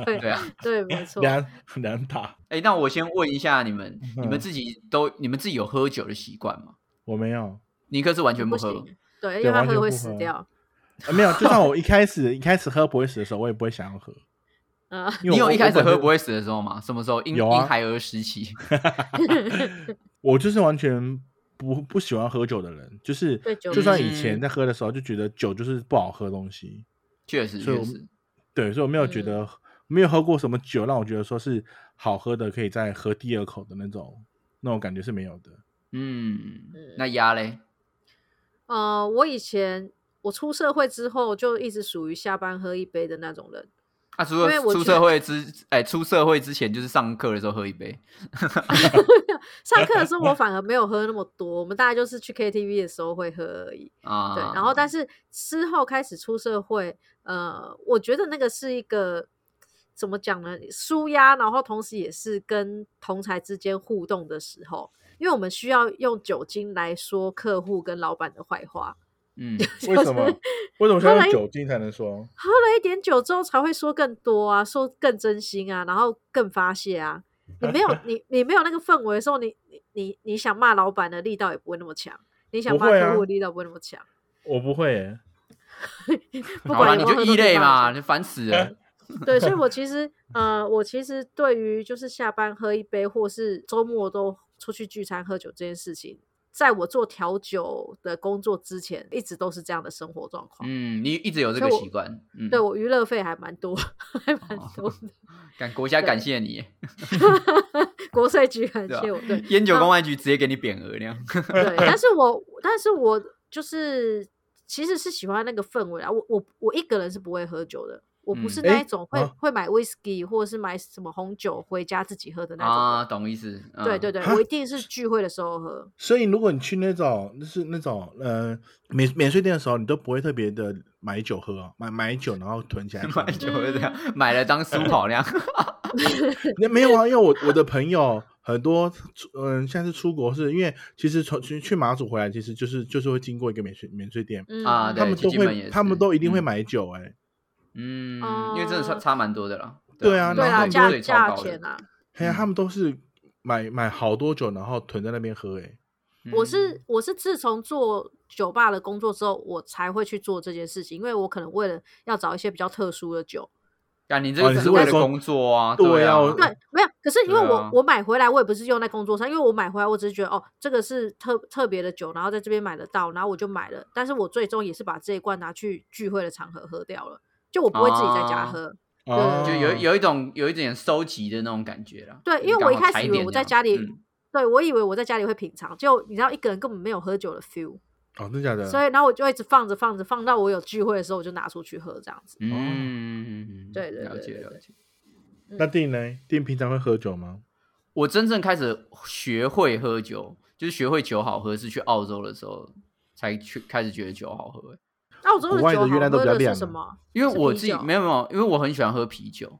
[SPEAKER 2] 对
[SPEAKER 3] [laughs] 对啊，
[SPEAKER 2] 对，
[SPEAKER 1] [laughs]
[SPEAKER 2] 没错。
[SPEAKER 1] 两两打
[SPEAKER 3] 哎、那我先问一下你们，你们
[SPEAKER 1] 嗯
[SPEAKER 3] 自己都你们自己有喝酒的习惯吗？
[SPEAKER 1] 我没有。
[SPEAKER 3] 尼克是完全
[SPEAKER 2] 不
[SPEAKER 3] 不喝，
[SPEAKER 2] 行，对，因
[SPEAKER 1] 对
[SPEAKER 2] 为他
[SPEAKER 1] 完
[SPEAKER 2] 喝
[SPEAKER 1] 全
[SPEAKER 2] 会
[SPEAKER 1] 不
[SPEAKER 2] 死
[SPEAKER 1] 喝
[SPEAKER 2] 掉。
[SPEAKER 1] 呃没有，就算我一开始一开始喝不会死的时候，我也不会想要喝，
[SPEAKER 2] 啊，
[SPEAKER 1] 因为
[SPEAKER 3] 你有
[SPEAKER 1] 我
[SPEAKER 3] 一开始喝不
[SPEAKER 1] 会，
[SPEAKER 3] 会死的时候吗？什么时候？婴
[SPEAKER 1] 有啊
[SPEAKER 3] 婴孩儿时期。
[SPEAKER 2] 呃
[SPEAKER 1] 我就是完全不不喜欢喝酒的人，就是
[SPEAKER 2] 对酒
[SPEAKER 1] 就算以
[SPEAKER 3] 嗯
[SPEAKER 1] 前在喝的时候就觉得酒就是不好喝的东西，
[SPEAKER 3] 确实，
[SPEAKER 1] 所以
[SPEAKER 3] 确
[SPEAKER 1] 我
[SPEAKER 3] 实，
[SPEAKER 1] 对，所以我没有
[SPEAKER 2] 嗯
[SPEAKER 1] 觉得、没有喝过什么酒让我觉得说是好喝的，可以再喝第二口的那种那种感觉是没
[SPEAKER 2] [laughs]
[SPEAKER 1] 有的。
[SPEAKER 3] 嗯
[SPEAKER 2] 嗯，
[SPEAKER 3] 那鸭嘞，
[SPEAKER 2] [laughs] 呃，我以前我出社会之后就一直属于下班喝一杯的那种人。
[SPEAKER 3] 啊，除
[SPEAKER 2] 因为
[SPEAKER 3] 了
[SPEAKER 2] 我
[SPEAKER 3] 出
[SPEAKER 2] 觉得
[SPEAKER 3] 社会之，哎，出社会之前就是上课的时候喝一杯，
[SPEAKER 2] 上课的时候我反而没有喝那么多，我们大概就是去 KTV 的时候会喝而已。
[SPEAKER 3] 啊，
[SPEAKER 2] 对，然后但是之后开始出社会，呃，我觉得那个是一个怎么讲呢？舒压，然后同时也是跟同才之间互动的时候，因为我们需要用酒精来说客户跟老板的坏话。
[SPEAKER 3] 嗯，
[SPEAKER 1] 为什么？为什么需要
[SPEAKER 2] 后来
[SPEAKER 1] 用酒精才能说？
[SPEAKER 2] 喝了一点酒之后才会说更多啊，说更真心啊，然后更发泄啊。
[SPEAKER 1] [laughs]
[SPEAKER 2] 你没有你你没有那个氛围的时候，你你你你想骂老板的力道也不会那么强，你想
[SPEAKER 1] 不
[SPEAKER 2] 骂
[SPEAKER 1] 会
[SPEAKER 2] 客
[SPEAKER 1] 啊
[SPEAKER 2] 户的力道不会那么强。
[SPEAKER 1] 我不会耶、
[SPEAKER 2] [laughs] 不
[SPEAKER 3] 好啦，
[SPEAKER 2] 管
[SPEAKER 3] 你
[SPEAKER 2] 有没有
[SPEAKER 3] 就
[SPEAKER 2] 喝
[SPEAKER 3] 异
[SPEAKER 2] 都可以
[SPEAKER 3] 类
[SPEAKER 2] 骂
[SPEAKER 3] 嘛，
[SPEAKER 2] 人
[SPEAKER 3] 你烦
[SPEAKER 1] [laughs]
[SPEAKER 3] 死了， [laughs]
[SPEAKER 2] 对，所以我其实呃，我其实对于就是下班喝一杯，或是周末都出去聚餐喝酒这件事情，在我做调酒的工作之前，一直都是这样的生活状况。
[SPEAKER 3] 嗯，你一直有这
[SPEAKER 2] 所
[SPEAKER 3] 个
[SPEAKER 2] 以我
[SPEAKER 3] 习惯，嗯，
[SPEAKER 2] 对，我娱乐费还蛮多， [laughs] 还蛮
[SPEAKER 3] 哦
[SPEAKER 2] 多的。 [laughs]
[SPEAKER 3] 感国家
[SPEAKER 2] 对
[SPEAKER 3] 感谢你，
[SPEAKER 2] 国税局感
[SPEAKER 3] 对啊
[SPEAKER 2] 谢我，
[SPEAKER 3] [laughs]
[SPEAKER 2] 对
[SPEAKER 3] 烟酒
[SPEAKER 2] 那
[SPEAKER 3] 公安局直接给你匾额那样，
[SPEAKER 2] 对，但是我但是我就是其实是喜欢那个氛围啊。我我我一个人是不会喝酒的，我不是
[SPEAKER 3] 嗯
[SPEAKER 2] 那
[SPEAKER 1] 诶
[SPEAKER 2] 一种会、
[SPEAKER 1] 啊
[SPEAKER 2] 会买 whisky 或者是买什么红酒回家自己喝的那种人。
[SPEAKER 3] 啊，懂意思，嗯
[SPEAKER 2] 对对，对，
[SPEAKER 1] 哈
[SPEAKER 2] 我一定是聚会的时候喝。
[SPEAKER 1] 所以如果你去那种就是那种呃免免税店的时候，你都不会特别的买酒喝啊，买买酒然后囤起来喝
[SPEAKER 3] 买。酒会
[SPEAKER 2] 嗯
[SPEAKER 3] 这样，买了当书跑那样，
[SPEAKER 1] 那没有啊，因为我我的朋友很多，嗯，现在是出国是，因为其实从去去马祖回来，其实就是就是会经过一个免税免税店，
[SPEAKER 2] 嗯
[SPEAKER 3] 啊
[SPEAKER 1] 他 [laughs]
[SPEAKER 3] 对
[SPEAKER 1] 们
[SPEAKER 3] 去
[SPEAKER 1] 都
[SPEAKER 3] 金门也
[SPEAKER 1] 会，
[SPEAKER 3] 是
[SPEAKER 1] 他们都一定会
[SPEAKER 3] 嗯
[SPEAKER 1] 买酒、哎、
[SPEAKER 3] 嗯
[SPEAKER 2] 哦，
[SPEAKER 3] 因为真的差差蛮多的啦，
[SPEAKER 1] 对啊
[SPEAKER 3] 嗯
[SPEAKER 2] 对
[SPEAKER 1] 然后他
[SPEAKER 2] 啊，
[SPEAKER 3] 免
[SPEAKER 1] 们
[SPEAKER 3] 税
[SPEAKER 2] 价
[SPEAKER 3] 超
[SPEAKER 2] 价
[SPEAKER 3] 高的
[SPEAKER 2] 钱啊，
[SPEAKER 1] 嘿呀、
[SPEAKER 3] 嗯
[SPEAKER 1] 他们都是买买好多酒，然后囤在那边喝、欸。哎，
[SPEAKER 2] 我
[SPEAKER 3] 嗯
[SPEAKER 2] 是我是自从做酒吧的工作之后，我才会去做这件事情，因为我可能为了要找一些比较特殊的酒，
[SPEAKER 3] 啊，你这
[SPEAKER 1] 哦
[SPEAKER 3] 个
[SPEAKER 1] 你
[SPEAKER 3] 是
[SPEAKER 1] 是
[SPEAKER 3] 为
[SPEAKER 1] 为
[SPEAKER 3] 了
[SPEAKER 1] 了工
[SPEAKER 3] 工作啊？
[SPEAKER 1] 对
[SPEAKER 3] 对
[SPEAKER 1] 啊我
[SPEAKER 2] 对，没有。可是因为
[SPEAKER 3] 对
[SPEAKER 2] 我、
[SPEAKER 3] 啊
[SPEAKER 2] 我买回来，我也不是用在工作上，因为我买回来，我只是觉得哦，这个是特特别的酒，然后在这边买得到，然后我就买了。但是我最终也是把这一罐拿去聚会的场合喝掉了，就我不会自己在家
[SPEAKER 3] 啊
[SPEAKER 2] 喝。
[SPEAKER 1] 哦
[SPEAKER 3] 就有有一种有一点收集的那种感觉啦。
[SPEAKER 2] 对，
[SPEAKER 3] 就
[SPEAKER 2] 因为
[SPEAKER 3] 刚
[SPEAKER 2] 我一
[SPEAKER 3] 好
[SPEAKER 2] 开
[SPEAKER 3] 踩
[SPEAKER 2] 始以
[SPEAKER 3] 点
[SPEAKER 2] 为我
[SPEAKER 3] 这
[SPEAKER 2] 在
[SPEAKER 3] 样
[SPEAKER 2] 家里，
[SPEAKER 3] 嗯
[SPEAKER 2] 对我以为我在家里会品尝，就你知道一个人根本没有喝酒的 feel，、
[SPEAKER 1] 哦，真的假的？
[SPEAKER 2] 所以然后我就一直放着放着，放到我有聚会的时候我就拿出去喝这样子。
[SPEAKER 1] 哦
[SPEAKER 3] 嗯，
[SPEAKER 2] 对对
[SPEAKER 3] 了
[SPEAKER 2] 对
[SPEAKER 3] 解
[SPEAKER 2] 对
[SPEAKER 3] 了
[SPEAKER 2] 对
[SPEAKER 3] 解。
[SPEAKER 1] 那定呢？定平常会喝酒吗？
[SPEAKER 3] 我真正开始学会喝酒，就是学会酒好喝，是去澳洲的时候才去开始觉得酒好喝、欸
[SPEAKER 2] 澳洲
[SPEAKER 1] 国
[SPEAKER 2] 的
[SPEAKER 1] 外
[SPEAKER 2] 酒好
[SPEAKER 1] 的越南都
[SPEAKER 2] 喝
[SPEAKER 1] 比较
[SPEAKER 2] 的是
[SPEAKER 1] 亮
[SPEAKER 2] 什
[SPEAKER 1] 啊
[SPEAKER 2] 么？
[SPEAKER 3] 因为
[SPEAKER 2] 是
[SPEAKER 3] 我
[SPEAKER 2] 啤
[SPEAKER 3] 自己
[SPEAKER 2] 酒嗯
[SPEAKER 3] 没有没有，因为我很喜欢喝啤酒，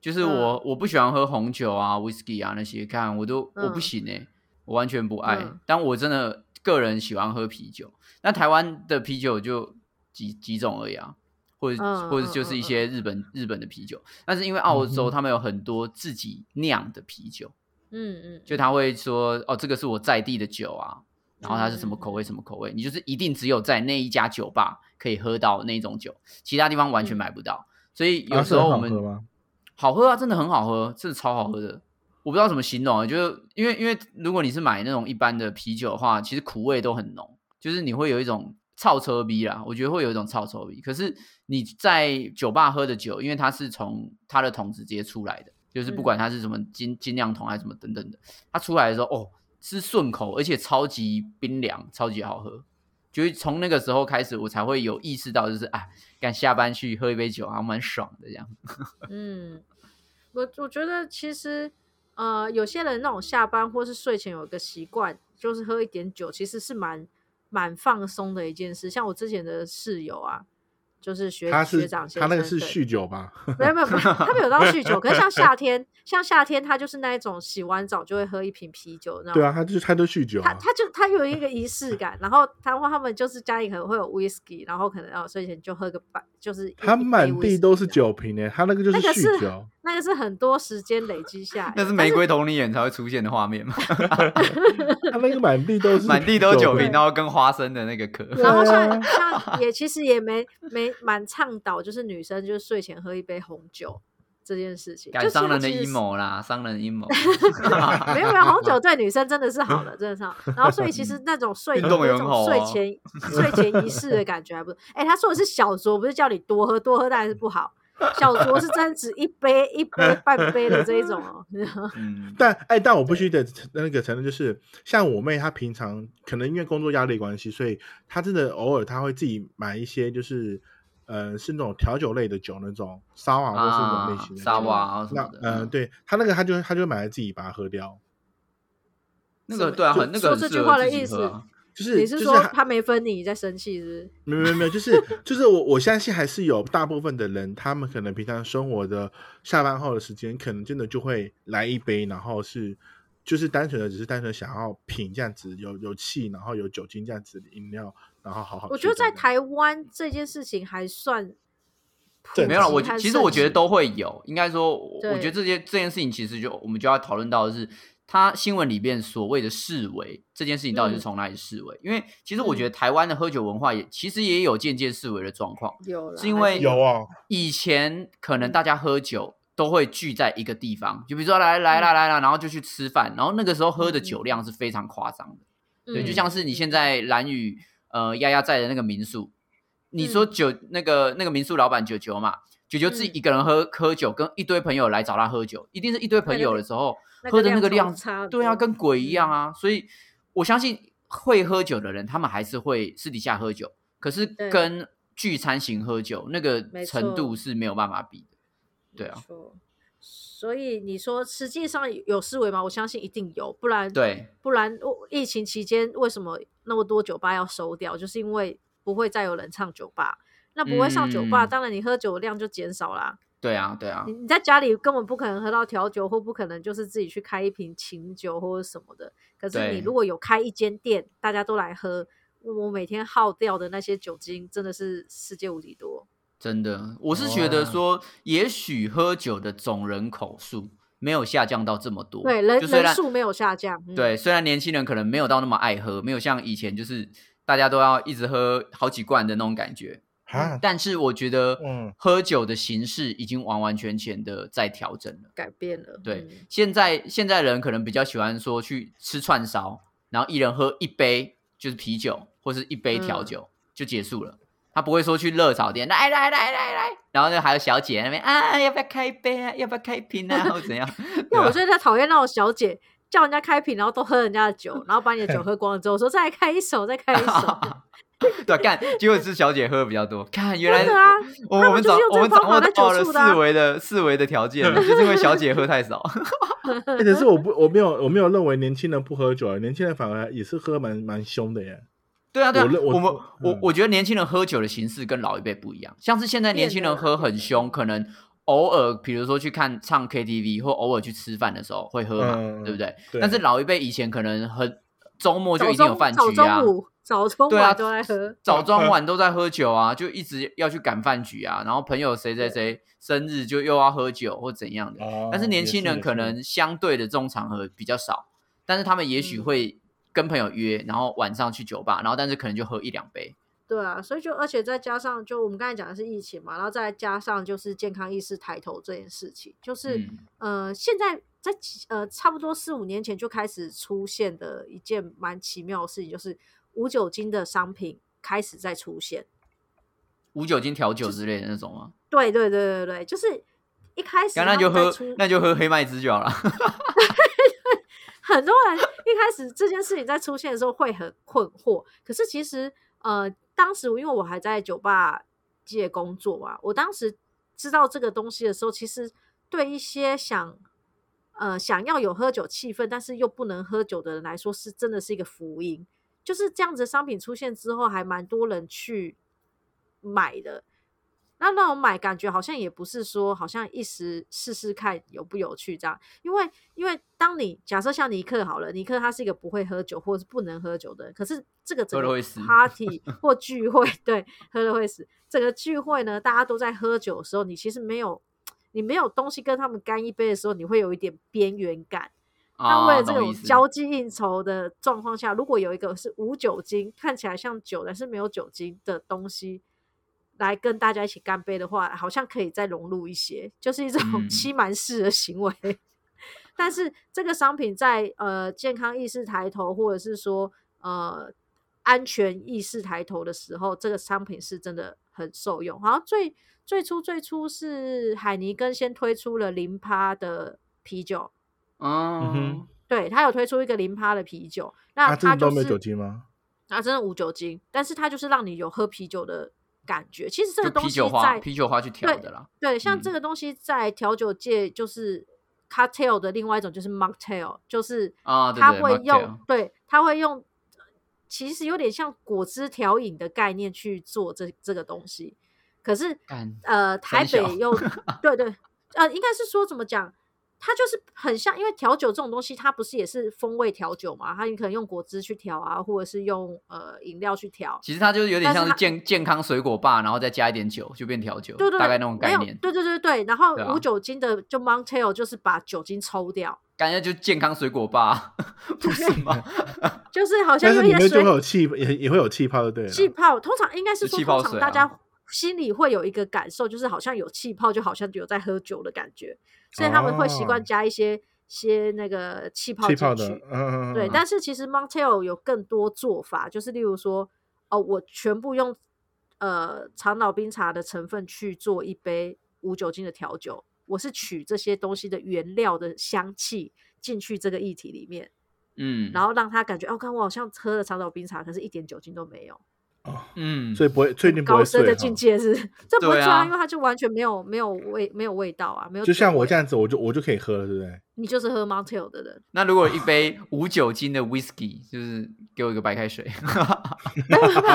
[SPEAKER 3] 就是我、我不喜欢喝红酒啊、whisky 啊那些，看我都、我不
[SPEAKER 2] 嗯
[SPEAKER 3] 行哎、我完全不爱。
[SPEAKER 2] 嗯
[SPEAKER 3] 但我真的个人喜欢喝啤酒，那台湾的啤酒就几几种而已啊，或者、
[SPEAKER 2] 嗯
[SPEAKER 3] 或者
[SPEAKER 2] 嗯
[SPEAKER 3] 就是一
[SPEAKER 2] 嗯
[SPEAKER 3] 些日本、日本的啤酒，但是因为澳洲
[SPEAKER 1] 嗯哼
[SPEAKER 3] 他们有很多自己酿的啤酒，
[SPEAKER 2] 嗯嗯，
[SPEAKER 3] 就他会说哦，这个是我在地的酒啊，然后它是什么口味
[SPEAKER 2] 嗯
[SPEAKER 3] 什么口味，你就是一定只有在那一家酒吧可以喝到那种酒，其他地方完全
[SPEAKER 2] 嗯
[SPEAKER 3] 买不到。所以
[SPEAKER 1] 啊
[SPEAKER 3] 有
[SPEAKER 1] 是
[SPEAKER 3] 时候
[SPEAKER 1] 很
[SPEAKER 3] 我
[SPEAKER 1] 好
[SPEAKER 3] 们、
[SPEAKER 1] 喝吗？
[SPEAKER 3] 好喝啊，真的很好喝，真的超好喝的。我不知道怎么形容啊，就是因为因为如果你是买那种一般的啤酒的话，其实苦味都很浓，就是你会有一种臭臭逼啦，我觉得会有一种臭臭逼。可是你在酒吧喝的酒，因为它是从它的桶子直接出来的，就是不管
[SPEAKER 2] 嗯
[SPEAKER 3] 它是什么精精酿桶还是什么等等的，它出来的时候哦是顺口，而且超级冰凉，超级好喝。就是从那个时候开始，我才会有意识到，就是啊，赶下班去喝一杯酒，还啊蛮爽的这样。
[SPEAKER 2] 嗯，我我觉得其实呃，有些人那种下班或是睡前有一个习惯，就是喝一点酒，其实是蛮蛮放松的一件事。像我之前的室友啊，就是学
[SPEAKER 1] 他
[SPEAKER 2] 学
[SPEAKER 1] 是
[SPEAKER 2] 长先
[SPEAKER 1] 他那个
[SPEAKER 2] 生
[SPEAKER 1] 是
[SPEAKER 2] 对
[SPEAKER 1] 酗酒吧？
[SPEAKER 2] 没有没有，没有他们有到酗酒，可是像夏天，像夏天他就是那一种洗完澡就会喝一瓶啤酒那种。
[SPEAKER 1] 对啊，他就是他就酗酒
[SPEAKER 2] 他
[SPEAKER 1] 啊。
[SPEAKER 2] 他就他有一个仪式感，然后他他们就是家里可能会有 whisky，然后可能哦睡前就喝个半，就是一
[SPEAKER 1] 他
[SPEAKER 2] 一杯
[SPEAKER 1] 满地
[SPEAKER 2] whisky
[SPEAKER 1] 都是
[SPEAKER 2] 这样，
[SPEAKER 1] 酒瓶诶，他那个就是
[SPEAKER 2] 啊那个是
[SPEAKER 1] 酗酒。
[SPEAKER 2] 那个是很多时间累积下来的，
[SPEAKER 3] [laughs] 那是
[SPEAKER 2] 但
[SPEAKER 3] 玫瑰同你眼才会出现的画面
[SPEAKER 2] [laughs]
[SPEAKER 3] 嘛，
[SPEAKER 1] 他那个满地都是
[SPEAKER 3] [laughs] 满地都是酒瓶，哦
[SPEAKER 2] 对
[SPEAKER 3] 然后跟花生的那个壳。
[SPEAKER 1] 对
[SPEAKER 2] 然后像
[SPEAKER 1] 啊
[SPEAKER 3] [laughs]
[SPEAKER 2] 像也其实也没没蛮倡导，就是女生就是睡前喝一杯红酒这件事情，[laughs]
[SPEAKER 3] 感
[SPEAKER 2] 就是
[SPEAKER 3] 商
[SPEAKER 2] 它
[SPEAKER 3] 人的
[SPEAKER 2] 其实
[SPEAKER 3] 阴
[SPEAKER 2] 是
[SPEAKER 3] 谋啦，商人
[SPEAKER 2] [laughs]
[SPEAKER 3] 阴谋。
[SPEAKER 2] 没有没有，红酒对女生真的是好
[SPEAKER 3] [laughs]
[SPEAKER 2] 的，真的是好。然后所以其实那种睡
[SPEAKER 3] 运动也
[SPEAKER 2] 那
[SPEAKER 3] 很好
[SPEAKER 2] 种
[SPEAKER 3] 啊
[SPEAKER 2] 睡前
[SPEAKER 3] [laughs]
[SPEAKER 2] 睡前仪式的感觉还不错。哎，他说的是小酌，不是叫你多喝，多喝当然是不好。小酌是真指一杯 [laughs] 一杯半杯的这一种
[SPEAKER 3] [laughs]
[SPEAKER 2] 哦。
[SPEAKER 3] 嗯，
[SPEAKER 1] 但哎，但我必须得承那个承认，就是像我妹，她平常可能因为工作压力的关系，所以她真的偶尔她会自己买一些，就是呃是那种调酒类的酒，那种烧啊或是那种类型的酒。
[SPEAKER 3] 沙瓦啊什
[SPEAKER 1] 那
[SPEAKER 3] 么的，
[SPEAKER 1] 呃，
[SPEAKER 3] 嗯，
[SPEAKER 1] 对她那个她就她就买来自己把它喝掉，
[SPEAKER 3] 那个对啊，
[SPEAKER 2] 就
[SPEAKER 3] 很那个很
[SPEAKER 2] 说这
[SPEAKER 3] 适
[SPEAKER 2] 句话
[SPEAKER 3] 合
[SPEAKER 2] 的
[SPEAKER 3] 自己
[SPEAKER 2] 意思
[SPEAKER 3] 喝啊。
[SPEAKER 1] 就是
[SPEAKER 2] 你
[SPEAKER 1] 就是是
[SPEAKER 2] 说
[SPEAKER 1] 她
[SPEAKER 2] 他没分你，你在生气是
[SPEAKER 1] 没有没有没有，就是就是我我相信还是有大部分的人，他们可能平常生活的下班后的时间，可能真的就会来一杯，然后是就是单纯的只是单纯想要品这样子，有有气，然后有酒精这样子的饮料，然后好
[SPEAKER 2] 不
[SPEAKER 1] 好
[SPEAKER 3] 哦
[SPEAKER 2] 是？我
[SPEAKER 1] 去
[SPEAKER 2] 觉
[SPEAKER 1] 这
[SPEAKER 2] 得
[SPEAKER 1] 样子。
[SPEAKER 2] 在台湾这件事情还算普
[SPEAKER 1] 正
[SPEAKER 2] 及
[SPEAKER 3] 没有啦，我
[SPEAKER 2] 和
[SPEAKER 3] 其实我觉得
[SPEAKER 2] 盛行
[SPEAKER 3] 都会有，应该说，我我
[SPEAKER 2] 对
[SPEAKER 3] 觉得这些这件事情其实就我们就要讨论到的是，他新闻里边所谓的示威这件事情到底
[SPEAKER 2] 嗯
[SPEAKER 3] 是从哪里示威？因为其实我觉得台湾的喝酒文化也其实也有间接示威的状况，
[SPEAKER 2] 有啦，
[SPEAKER 3] 是因
[SPEAKER 2] 还
[SPEAKER 3] 为
[SPEAKER 1] 有哦，
[SPEAKER 3] 以前可
[SPEAKER 2] 嗯
[SPEAKER 3] 能大家喝酒都会聚在一个地方，就比如说来
[SPEAKER 2] 嗯
[SPEAKER 3] 来啦来啦，然后就去吃饭，然后那个时候喝的酒量是非常夸张的。对，就
[SPEAKER 2] 嗯
[SPEAKER 3] 像是你现在蓝宇呃丫丫在的那个民宿，你说
[SPEAKER 2] 嗯
[SPEAKER 3] 九、那个那个民宿老板九九嘛，九九自己
[SPEAKER 2] 嗯
[SPEAKER 3] 一个人喝、喝酒，跟一堆朋友来找他喝酒，一定是一堆朋友的时候、
[SPEAKER 2] 那
[SPEAKER 3] 喝的那个
[SPEAKER 2] 量
[SPEAKER 3] 量
[SPEAKER 2] 超，差很
[SPEAKER 3] 对啊，
[SPEAKER 2] 多嗯
[SPEAKER 3] 跟鬼一样啊。所以我相信会喝酒的人，他们还是会私底下喝酒，可是
[SPEAKER 2] 对
[SPEAKER 3] 跟聚餐型喝酒那个
[SPEAKER 2] 没
[SPEAKER 3] 程
[SPEAKER 2] 错
[SPEAKER 3] 度是没有办法比的。对
[SPEAKER 2] 没
[SPEAKER 3] 啊，
[SPEAKER 2] 错。所以你说实际上有思维吗？我相信一定有，不然
[SPEAKER 3] 对，
[SPEAKER 2] 不然我疫情期间为什么那么多酒吧要收掉？就是因为不会再有人唱酒吧。那不会上酒吧，
[SPEAKER 3] 嗯
[SPEAKER 2] 当然你喝酒量就减少啦。
[SPEAKER 3] 对啊，对啊
[SPEAKER 2] 你，你在家里根本不可能喝到调酒，或不可能就是自己去开一瓶琴酒或者什么的。可是
[SPEAKER 3] 对
[SPEAKER 2] 你如果有开一间店，大家都来喝，我每天耗掉的那些酒精真的是世界无敌多。
[SPEAKER 3] 真的，我是觉得说，也许喝酒的总人口数没有下降到这么多，
[SPEAKER 2] 对人
[SPEAKER 3] 就虽然
[SPEAKER 2] 人数没有下降嗯
[SPEAKER 3] 对，虽然年轻人可能没有到那么爱喝，没有像以前就是大家都要一直喝好几罐的那种感觉，
[SPEAKER 1] 啊，
[SPEAKER 3] 但是我觉得，
[SPEAKER 1] 嗯
[SPEAKER 3] 喝酒的形式已经完完全全的在调整了。
[SPEAKER 2] 改变了。
[SPEAKER 3] 对，
[SPEAKER 2] 嗯
[SPEAKER 3] 现在现在人可能比较喜欢说去吃串烧，然后一人喝一杯就是啤酒或是一杯
[SPEAKER 2] 嗯
[SPEAKER 3] 调酒、就结束了。他不会说去热炒店，来来来来来，然后呢还有小姐在那边啊，要不要开一杯啊，要不要开一瓶啊，或怎样？
[SPEAKER 2] 因为我
[SPEAKER 3] 对吧
[SPEAKER 2] 最在讨 [laughs] 厌那种小姐叫人家开瓶，然后都喝人家的
[SPEAKER 3] [laughs]
[SPEAKER 2] 酒，然后把你的酒喝光了之后，说再来开一手，再开一手。 [laughs]
[SPEAKER 3] 对啊，干，结果是小姐喝的比较多。看， [laughs] 原来
[SPEAKER 2] 真的啊
[SPEAKER 3] 我
[SPEAKER 2] 他
[SPEAKER 3] 我
[SPEAKER 2] 们就
[SPEAKER 3] 掌
[SPEAKER 2] 是用这
[SPEAKER 3] 我们
[SPEAKER 2] 个
[SPEAKER 3] 掌
[SPEAKER 2] 方法
[SPEAKER 3] 握
[SPEAKER 2] 在
[SPEAKER 3] 到
[SPEAKER 2] 酒
[SPEAKER 3] 了
[SPEAKER 2] 醋的啊
[SPEAKER 3] 四维的四维的条件了，就是因为小姐喝太少。
[SPEAKER 2] 嗯
[SPEAKER 1] 欸可是我不我没有我没有认为年轻人不喝酒，啊，年轻人反而也是喝蛮蛮凶的耶。
[SPEAKER 3] 对啊，对啊
[SPEAKER 1] 我，认我
[SPEAKER 3] 我们我
[SPEAKER 1] 嗯
[SPEAKER 3] 我觉得年轻人喝酒的形式跟老一辈不一样，像是现在年轻人喝很凶，可能偶尔比如说去看唱 KTV 或偶尔去吃饭的时候会喝嘛，
[SPEAKER 1] 嗯
[SPEAKER 3] 对不对？
[SPEAKER 1] 对
[SPEAKER 3] 但是老一辈以前可能很周末就
[SPEAKER 2] 早
[SPEAKER 3] 一定
[SPEAKER 2] 中
[SPEAKER 3] 有饭
[SPEAKER 2] 早
[SPEAKER 3] 局啊
[SPEAKER 2] 中，午、早中
[SPEAKER 3] 对啊
[SPEAKER 2] 晚都在喝，
[SPEAKER 3] 早中晚都在喝酒啊，就一直要去赶饭局啊，然后朋友谁谁谁生日就又要喝酒或怎样的，
[SPEAKER 1] 哦
[SPEAKER 3] 但是年轻人
[SPEAKER 1] 也是
[SPEAKER 3] 可能相对的这种场合比较少，但是他们也许
[SPEAKER 2] 嗯
[SPEAKER 3] 会跟朋友约，然后晚上去酒吧，然后但是可能就喝一两杯。
[SPEAKER 2] 对啊，所以就而且再加上就我们刚才讲的是疫情嘛，然后再加上就是健康意识抬头这件事情，就是、
[SPEAKER 3] 嗯
[SPEAKER 2] 呃现在在几呃差不多四五年前就开始出现的一件蛮奇妙的事情，就是无酒精的商品开始在出现。
[SPEAKER 3] 无酒精调酒之类的那种吗？
[SPEAKER 2] 对对对对对，就是一开始
[SPEAKER 3] 然后那就
[SPEAKER 2] 他们
[SPEAKER 3] 喝
[SPEAKER 2] 在出，嗯
[SPEAKER 3] 那就喝黑麦汁就好了。
[SPEAKER 2] 很多人一开始这件事情在出现的时候会很困惑，可是其实呃，当时因为我还在酒吧界工作嘛，我当时知道这个东西的时候，其实对一些想呃想要有喝酒气氛，但是又不能喝酒的人来说，是真的是一个福音。就是这样子的商品出现之后，还蛮多人去买的。那那种买感觉好像也不是说好像一时试试看有不有趣这样，因为因为当你假设像尼克好了，尼克他是一个不会喝酒或者是不能喝酒的人，可是这个整
[SPEAKER 3] 喝了
[SPEAKER 2] 个
[SPEAKER 3] 会死
[SPEAKER 2] party 或聚会，对，喝了会死。整个聚会呢，大家都在喝酒的时候，你其实没有你没有东西跟他们干一杯的时候，你会有一点边缘感。那为
[SPEAKER 3] 啊，
[SPEAKER 2] 了这
[SPEAKER 3] 懂
[SPEAKER 2] 种
[SPEAKER 3] 意思。
[SPEAKER 2] 交际应酬的状况下，如果有一个是无酒精，看起来像酒但是没有酒精的东西，来跟大家一起干杯的话，好像可以再融入一些，就是一种
[SPEAKER 3] 嗯
[SPEAKER 2] 欺瞒式的行为。 [laughs] 但是这个商品在呃健康意识抬头，或者是说呃安全意识抬头的时候，这个商品是真的很受用。好像最最初最初是海尼根先推出了零趴的啤酒，
[SPEAKER 1] 嗯
[SPEAKER 3] 嗯
[SPEAKER 1] 哼，
[SPEAKER 2] 对，它有推出一个零趴的啤酒，那
[SPEAKER 1] 啊，真
[SPEAKER 2] 它
[SPEAKER 1] 的
[SPEAKER 2] 就
[SPEAKER 1] 都
[SPEAKER 2] 是
[SPEAKER 1] 没有酒精吗？
[SPEAKER 2] 啊，真的无酒精，但是它就是让你有喝啤酒的感觉。其实这个
[SPEAKER 3] 就
[SPEAKER 2] 东
[SPEAKER 3] 啤
[SPEAKER 2] 西
[SPEAKER 3] 酒花，
[SPEAKER 2] 在
[SPEAKER 3] 啤酒花去调的啦。
[SPEAKER 2] 对，像这
[SPEAKER 3] 嗯
[SPEAKER 2] 个东西在调酒界就是 cocktail 的另外一种就是 mocktail，就是
[SPEAKER 3] 啊对
[SPEAKER 2] 它
[SPEAKER 3] 对
[SPEAKER 2] 会用、
[SPEAKER 3] mocktail
[SPEAKER 2] 对，它会用，其实有点像果汁调饮的概念去做这这个东西。可是
[SPEAKER 3] 干
[SPEAKER 2] 呃，台
[SPEAKER 3] 小
[SPEAKER 2] 北
[SPEAKER 3] [laughs]
[SPEAKER 2] 又对对，呃，应该是说怎么讲，它就是很像，因为调酒这种东西，它不是也是风味调酒嘛？它你可能用果汁去调啊，或者是用呃饮料去调。
[SPEAKER 3] 其实它就是有点
[SPEAKER 2] 但是
[SPEAKER 3] 像是
[SPEAKER 2] 它
[SPEAKER 3] 健健康水果吧，然后再加一点酒就变调酒，
[SPEAKER 2] 对对，
[SPEAKER 3] 大概那种
[SPEAKER 2] 没
[SPEAKER 3] 概
[SPEAKER 2] 有
[SPEAKER 3] 念。
[SPEAKER 2] 对对对对，然后
[SPEAKER 3] 对啊
[SPEAKER 2] 无酒精的就 Montail 就是把酒精抽掉，
[SPEAKER 3] 感觉就健康水果吧， [laughs] 不是吗？
[SPEAKER 2] 就是好像
[SPEAKER 1] 但是
[SPEAKER 2] 有
[SPEAKER 1] 里
[SPEAKER 2] 点
[SPEAKER 1] 面就
[SPEAKER 2] 水
[SPEAKER 1] 会有气，也也会有气泡，就对了。
[SPEAKER 2] 气泡，通常应该是
[SPEAKER 3] 就
[SPEAKER 2] 说，
[SPEAKER 3] 气泡
[SPEAKER 2] 通常
[SPEAKER 3] 水
[SPEAKER 2] 大
[SPEAKER 3] 啊
[SPEAKER 2] 家心里会有一个感受，就是好像有气泡，就好像有在喝酒的感觉，所以他们会习惯
[SPEAKER 1] 哦
[SPEAKER 2] 加一些、些那个气泡
[SPEAKER 1] 气
[SPEAKER 2] 进
[SPEAKER 1] 泡的，
[SPEAKER 2] 去
[SPEAKER 1] 嗯。嗯，嗯
[SPEAKER 2] 对，
[SPEAKER 1] 嗯
[SPEAKER 2] 但是其实 Montel 有更多做法，就是例如说，哦，我全部用呃长岛冰茶的成分去做一杯无酒精的调酒，我是取这些东西的原料的香气进去这个液体里面，
[SPEAKER 3] 嗯，
[SPEAKER 2] 然
[SPEAKER 3] 后
[SPEAKER 2] 后让他感觉，哦，看我好像喝了长岛冰茶，可是一点酒精都没有，
[SPEAKER 1] 哦
[SPEAKER 3] 嗯，
[SPEAKER 1] 所以不会，最近不
[SPEAKER 2] 高
[SPEAKER 1] 会
[SPEAKER 2] 深
[SPEAKER 1] 睡
[SPEAKER 2] 的
[SPEAKER 1] 哈。
[SPEAKER 2] 境界是， [laughs] 这不会
[SPEAKER 3] 对
[SPEAKER 2] 抓，
[SPEAKER 3] 啊
[SPEAKER 2] 因为它就完全没有没有味没有味道啊，没有酒
[SPEAKER 1] 就
[SPEAKER 2] 味。
[SPEAKER 1] 像我这样子，我就我就可以喝了，对不对？
[SPEAKER 2] 你就是喝 Montel 的人，
[SPEAKER 3] 那如果一杯无酒精的 whisky，就是给我一个白
[SPEAKER 2] [laughs]
[SPEAKER 3] 开水，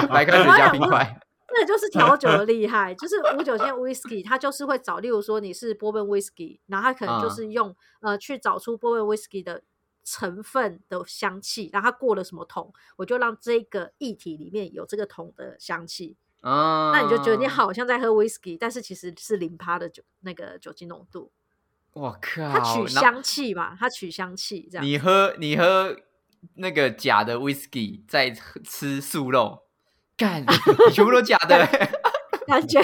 [SPEAKER 3] 白开水加冰块，
[SPEAKER 2] 这就是调酒的厉害，
[SPEAKER 3] [laughs]
[SPEAKER 2] 就是无酒精的 whisky，它就是会找，例如说你是波本 whisky，然后它可能就
[SPEAKER 3] 嗯
[SPEAKER 2] 是用、呃去找出波本 whisky 的成分的香气，然后它过了什么桶，我就让这个液体里面有这个桶的香气，
[SPEAKER 3] 啊，
[SPEAKER 2] 那你就觉得你好像在喝 whisky，但是其实是零趴的酒那个酒精浓度。
[SPEAKER 3] 我靠，
[SPEAKER 2] 它取
[SPEAKER 3] 那
[SPEAKER 2] 香气嘛，它取香气这样。
[SPEAKER 3] 你喝你喝那个假的 whisky，再喝吃素
[SPEAKER 2] [laughs]
[SPEAKER 3] 肉，干，你全部都假的、
[SPEAKER 2] 感觉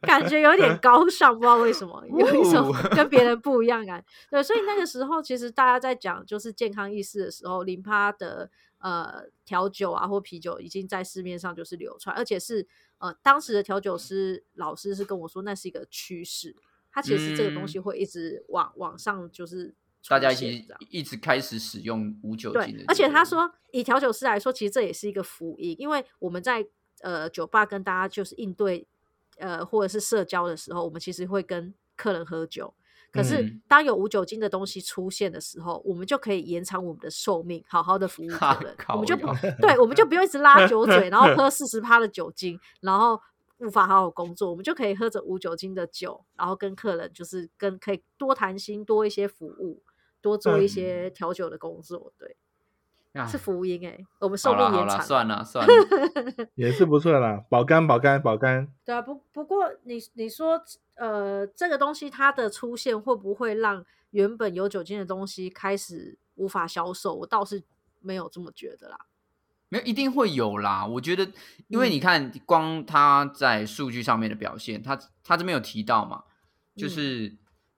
[SPEAKER 2] 感觉有点高尚，不知道为什么，有一种
[SPEAKER 3] 哦 [laughs]
[SPEAKER 2] 跟别人不一样感。对，所以那个时候其实大家在讲就是健康意识的时候，零趴的呃调酒啊或啤酒已经在市面上就是流传，而且是呃当时的调酒师老师是跟我说那是一个趋势，它其实这个东西会一直往、往上就是出
[SPEAKER 3] 嗯大家一
[SPEAKER 2] 现
[SPEAKER 3] 起
[SPEAKER 2] 这样
[SPEAKER 3] 一直开始使用无酒精
[SPEAKER 2] 对
[SPEAKER 3] 的，，
[SPEAKER 2] 而且他，说，以调酒师来说，其实这也是一个福音，因为我们在呃酒吧跟大家就是应对呃或者是社交的时候，我们其实会跟客人喝酒。可是
[SPEAKER 3] 嗯，
[SPEAKER 2] 当有无酒精的东西出现的时候，我们就可以延长我们的寿命，好好的服务客人。我
[SPEAKER 3] 靠
[SPEAKER 2] 们就
[SPEAKER 3] 腰，
[SPEAKER 2] 不对，我们就不用一直拉酒嘴，
[SPEAKER 3] [laughs]
[SPEAKER 2] 然后喝四十趴的酒精，然后无法好好工作，我们就可以喝着无酒精的酒，然后跟客人就是跟可以多谈心，多一些服务，多做一
[SPEAKER 3] 嗯
[SPEAKER 2] 些调酒的工作。对，
[SPEAKER 3] 啊
[SPEAKER 2] 是福音哎、我们寿
[SPEAKER 3] 好
[SPEAKER 2] 命
[SPEAKER 3] 了好
[SPEAKER 2] 延
[SPEAKER 3] 了，
[SPEAKER 2] 长。
[SPEAKER 3] 算了算了，
[SPEAKER 1] 也是不错啦，保肝保肝保肝。
[SPEAKER 2] 对啊，不不过你你说呃，这个东西它的出现会不会让原本有酒精的东西开始无法销售？我倒是没有这么觉得啦。
[SPEAKER 3] 没有一定会有啦。我觉得，因为
[SPEAKER 2] 嗯
[SPEAKER 3] 你看，光他在数据上面的表现，他他这边有提到嘛，就
[SPEAKER 2] 嗯
[SPEAKER 3] 是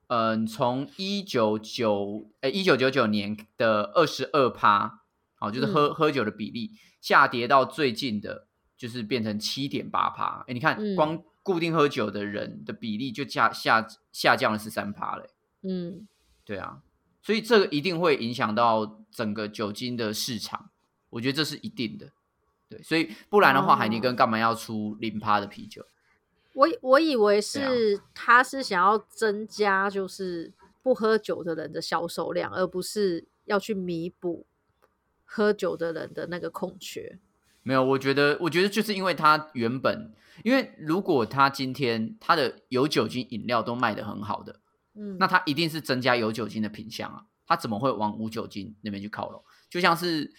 [SPEAKER 3] 嗯，从一九九呃一九九九年的二十二趴，好，就是
[SPEAKER 2] 嗯
[SPEAKER 3] 喝、喝酒的比例下跌到最近的，就是变成七点八趴。哎，你看
[SPEAKER 2] 嗯，
[SPEAKER 3] 光固定喝酒的人的比例就下下下降了十三趴嘞。
[SPEAKER 2] 嗯，
[SPEAKER 3] 对啊，所以这个一定会影响到整个酒精的市场，我觉得这是一定的。对，所以不然的话，
[SPEAKER 2] 哦
[SPEAKER 3] 海尼根干嘛要出零趴的啤酒？
[SPEAKER 2] 我以我以为
[SPEAKER 3] 对啊
[SPEAKER 2] 是他是想要增加就是不喝酒的人的销售量，而不是要去弥补喝酒的人的那个空缺。
[SPEAKER 3] 没有，我觉得，我觉得就是因为它原本，因为如果它今天它的有酒精饮料都卖得很好的，
[SPEAKER 2] 嗯，
[SPEAKER 3] 那它一定是增加有酒精的品相啊，它怎么会往无酒精那边去靠拢？就像是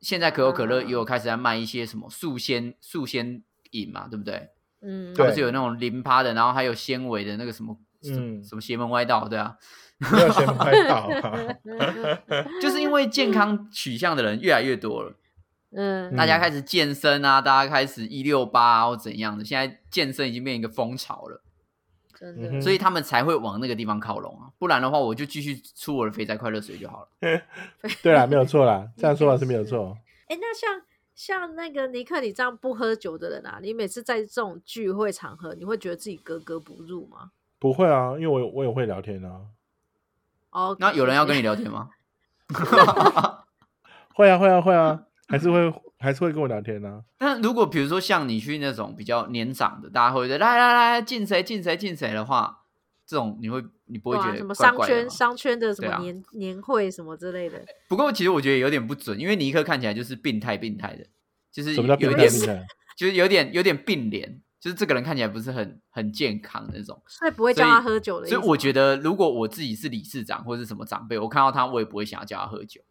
[SPEAKER 3] 现在可口可乐也有开始在卖一些什么素鲜素鲜饮嘛，对不对？
[SPEAKER 2] 嗯，
[SPEAKER 1] 对
[SPEAKER 3] 不是有那种零趴的，然后还有纤维的那个什么，
[SPEAKER 1] 嗯
[SPEAKER 3] 嗯，什么邪门歪道，对啊，
[SPEAKER 1] 没有先拍到
[SPEAKER 3] [laughs]
[SPEAKER 1] 啊
[SPEAKER 2] 嗯
[SPEAKER 3] 就是因为健康取向的人越来越多了，
[SPEAKER 2] 嗯
[SPEAKER 3] 大家开始健身啊，大家开始一六八啊或怎样的，现在健身已经变一个风潮了，
[SPEAKER 2] 真
[SPEAKER 1] 嗯哼
[SPEAKER 2] 的，
[SPEAKER 3] 所以他们才会往那个地方靠拢啊，不然的话我就继续出我的肥宅快乐水就好了。
[SPEAKER 1] 对啦，没有错啦，这样说法是没有错。
[SPEAKER 2] 哎、那像像那个尼克，你这样不喝酒的人啊，你每次在这种聚会场合，你会觉得自己格格不入吗？
[SPEAKER 1] 不会啊，因为我有我也会聊天啊。
[SPEAKER 2] 哦，
[SPEAKER 3] 那有人要跟
[SPEAKER 2] 你
[SPEAKER 3] 你聊天吗？
[SPEAKER 1] 会啊，会啊，会
[SPEAKER 3] [laughs]
[SPEAKER 1] 啊，还是会还是会跟我聊天啊。
[SPEAKER 3] 那如果比如说像你去那种比较年长的，大家会觉得来来来敬谁敬谁敬谁的话，这种你会你不会觉
[SPEAKER 2] 什
[SPEAKER 3] 得
[SPEAKER 2] 么
[SPEAKER 3] 怪
[SPEAKER 2] 商
[SPEAKER 3] 怪的
[SPEAKER 2] 圈
[SPEAKER 3] 吗？
[SPEAKER 2] 商圈的什
[SPEAKER 3] 对
[SPEAKER 2] 么
[SPEAKER 3] 啊
[SPEAKER 2] 年、年会什么之类的，
[SPEAKER 3] 不过其实我觉得有点不准，因为尼克看起来就是病态病态的，就是
[SPEAKER 1] 什么叫
[SPEAKER 3] 有
[SPEAKER 1] 病
[SPEAKER 3] 一
[SPEAKER 1] 态
[SPEAKER 3] 点
[SPEAKER 1] 病态？
[SPEAKER 3] [laughs] 就是有点有点病脸，就是这个人看起来不是很很健康的那种。
[SPEAKER 2] 所以不会
[SPEAKER 3] 所
[SPEAKER 2] 叫
[SPEAKER 3] 以
[SPEAKER 2] 他喝酒的意思
[SPEAKER 3] 所以
[SPEAKER 2] 吗。
[SPEAKER 3] 我觉得，如果我自己是理事长或是什么长辈，我看到他，我也不会想要叫他喝酒，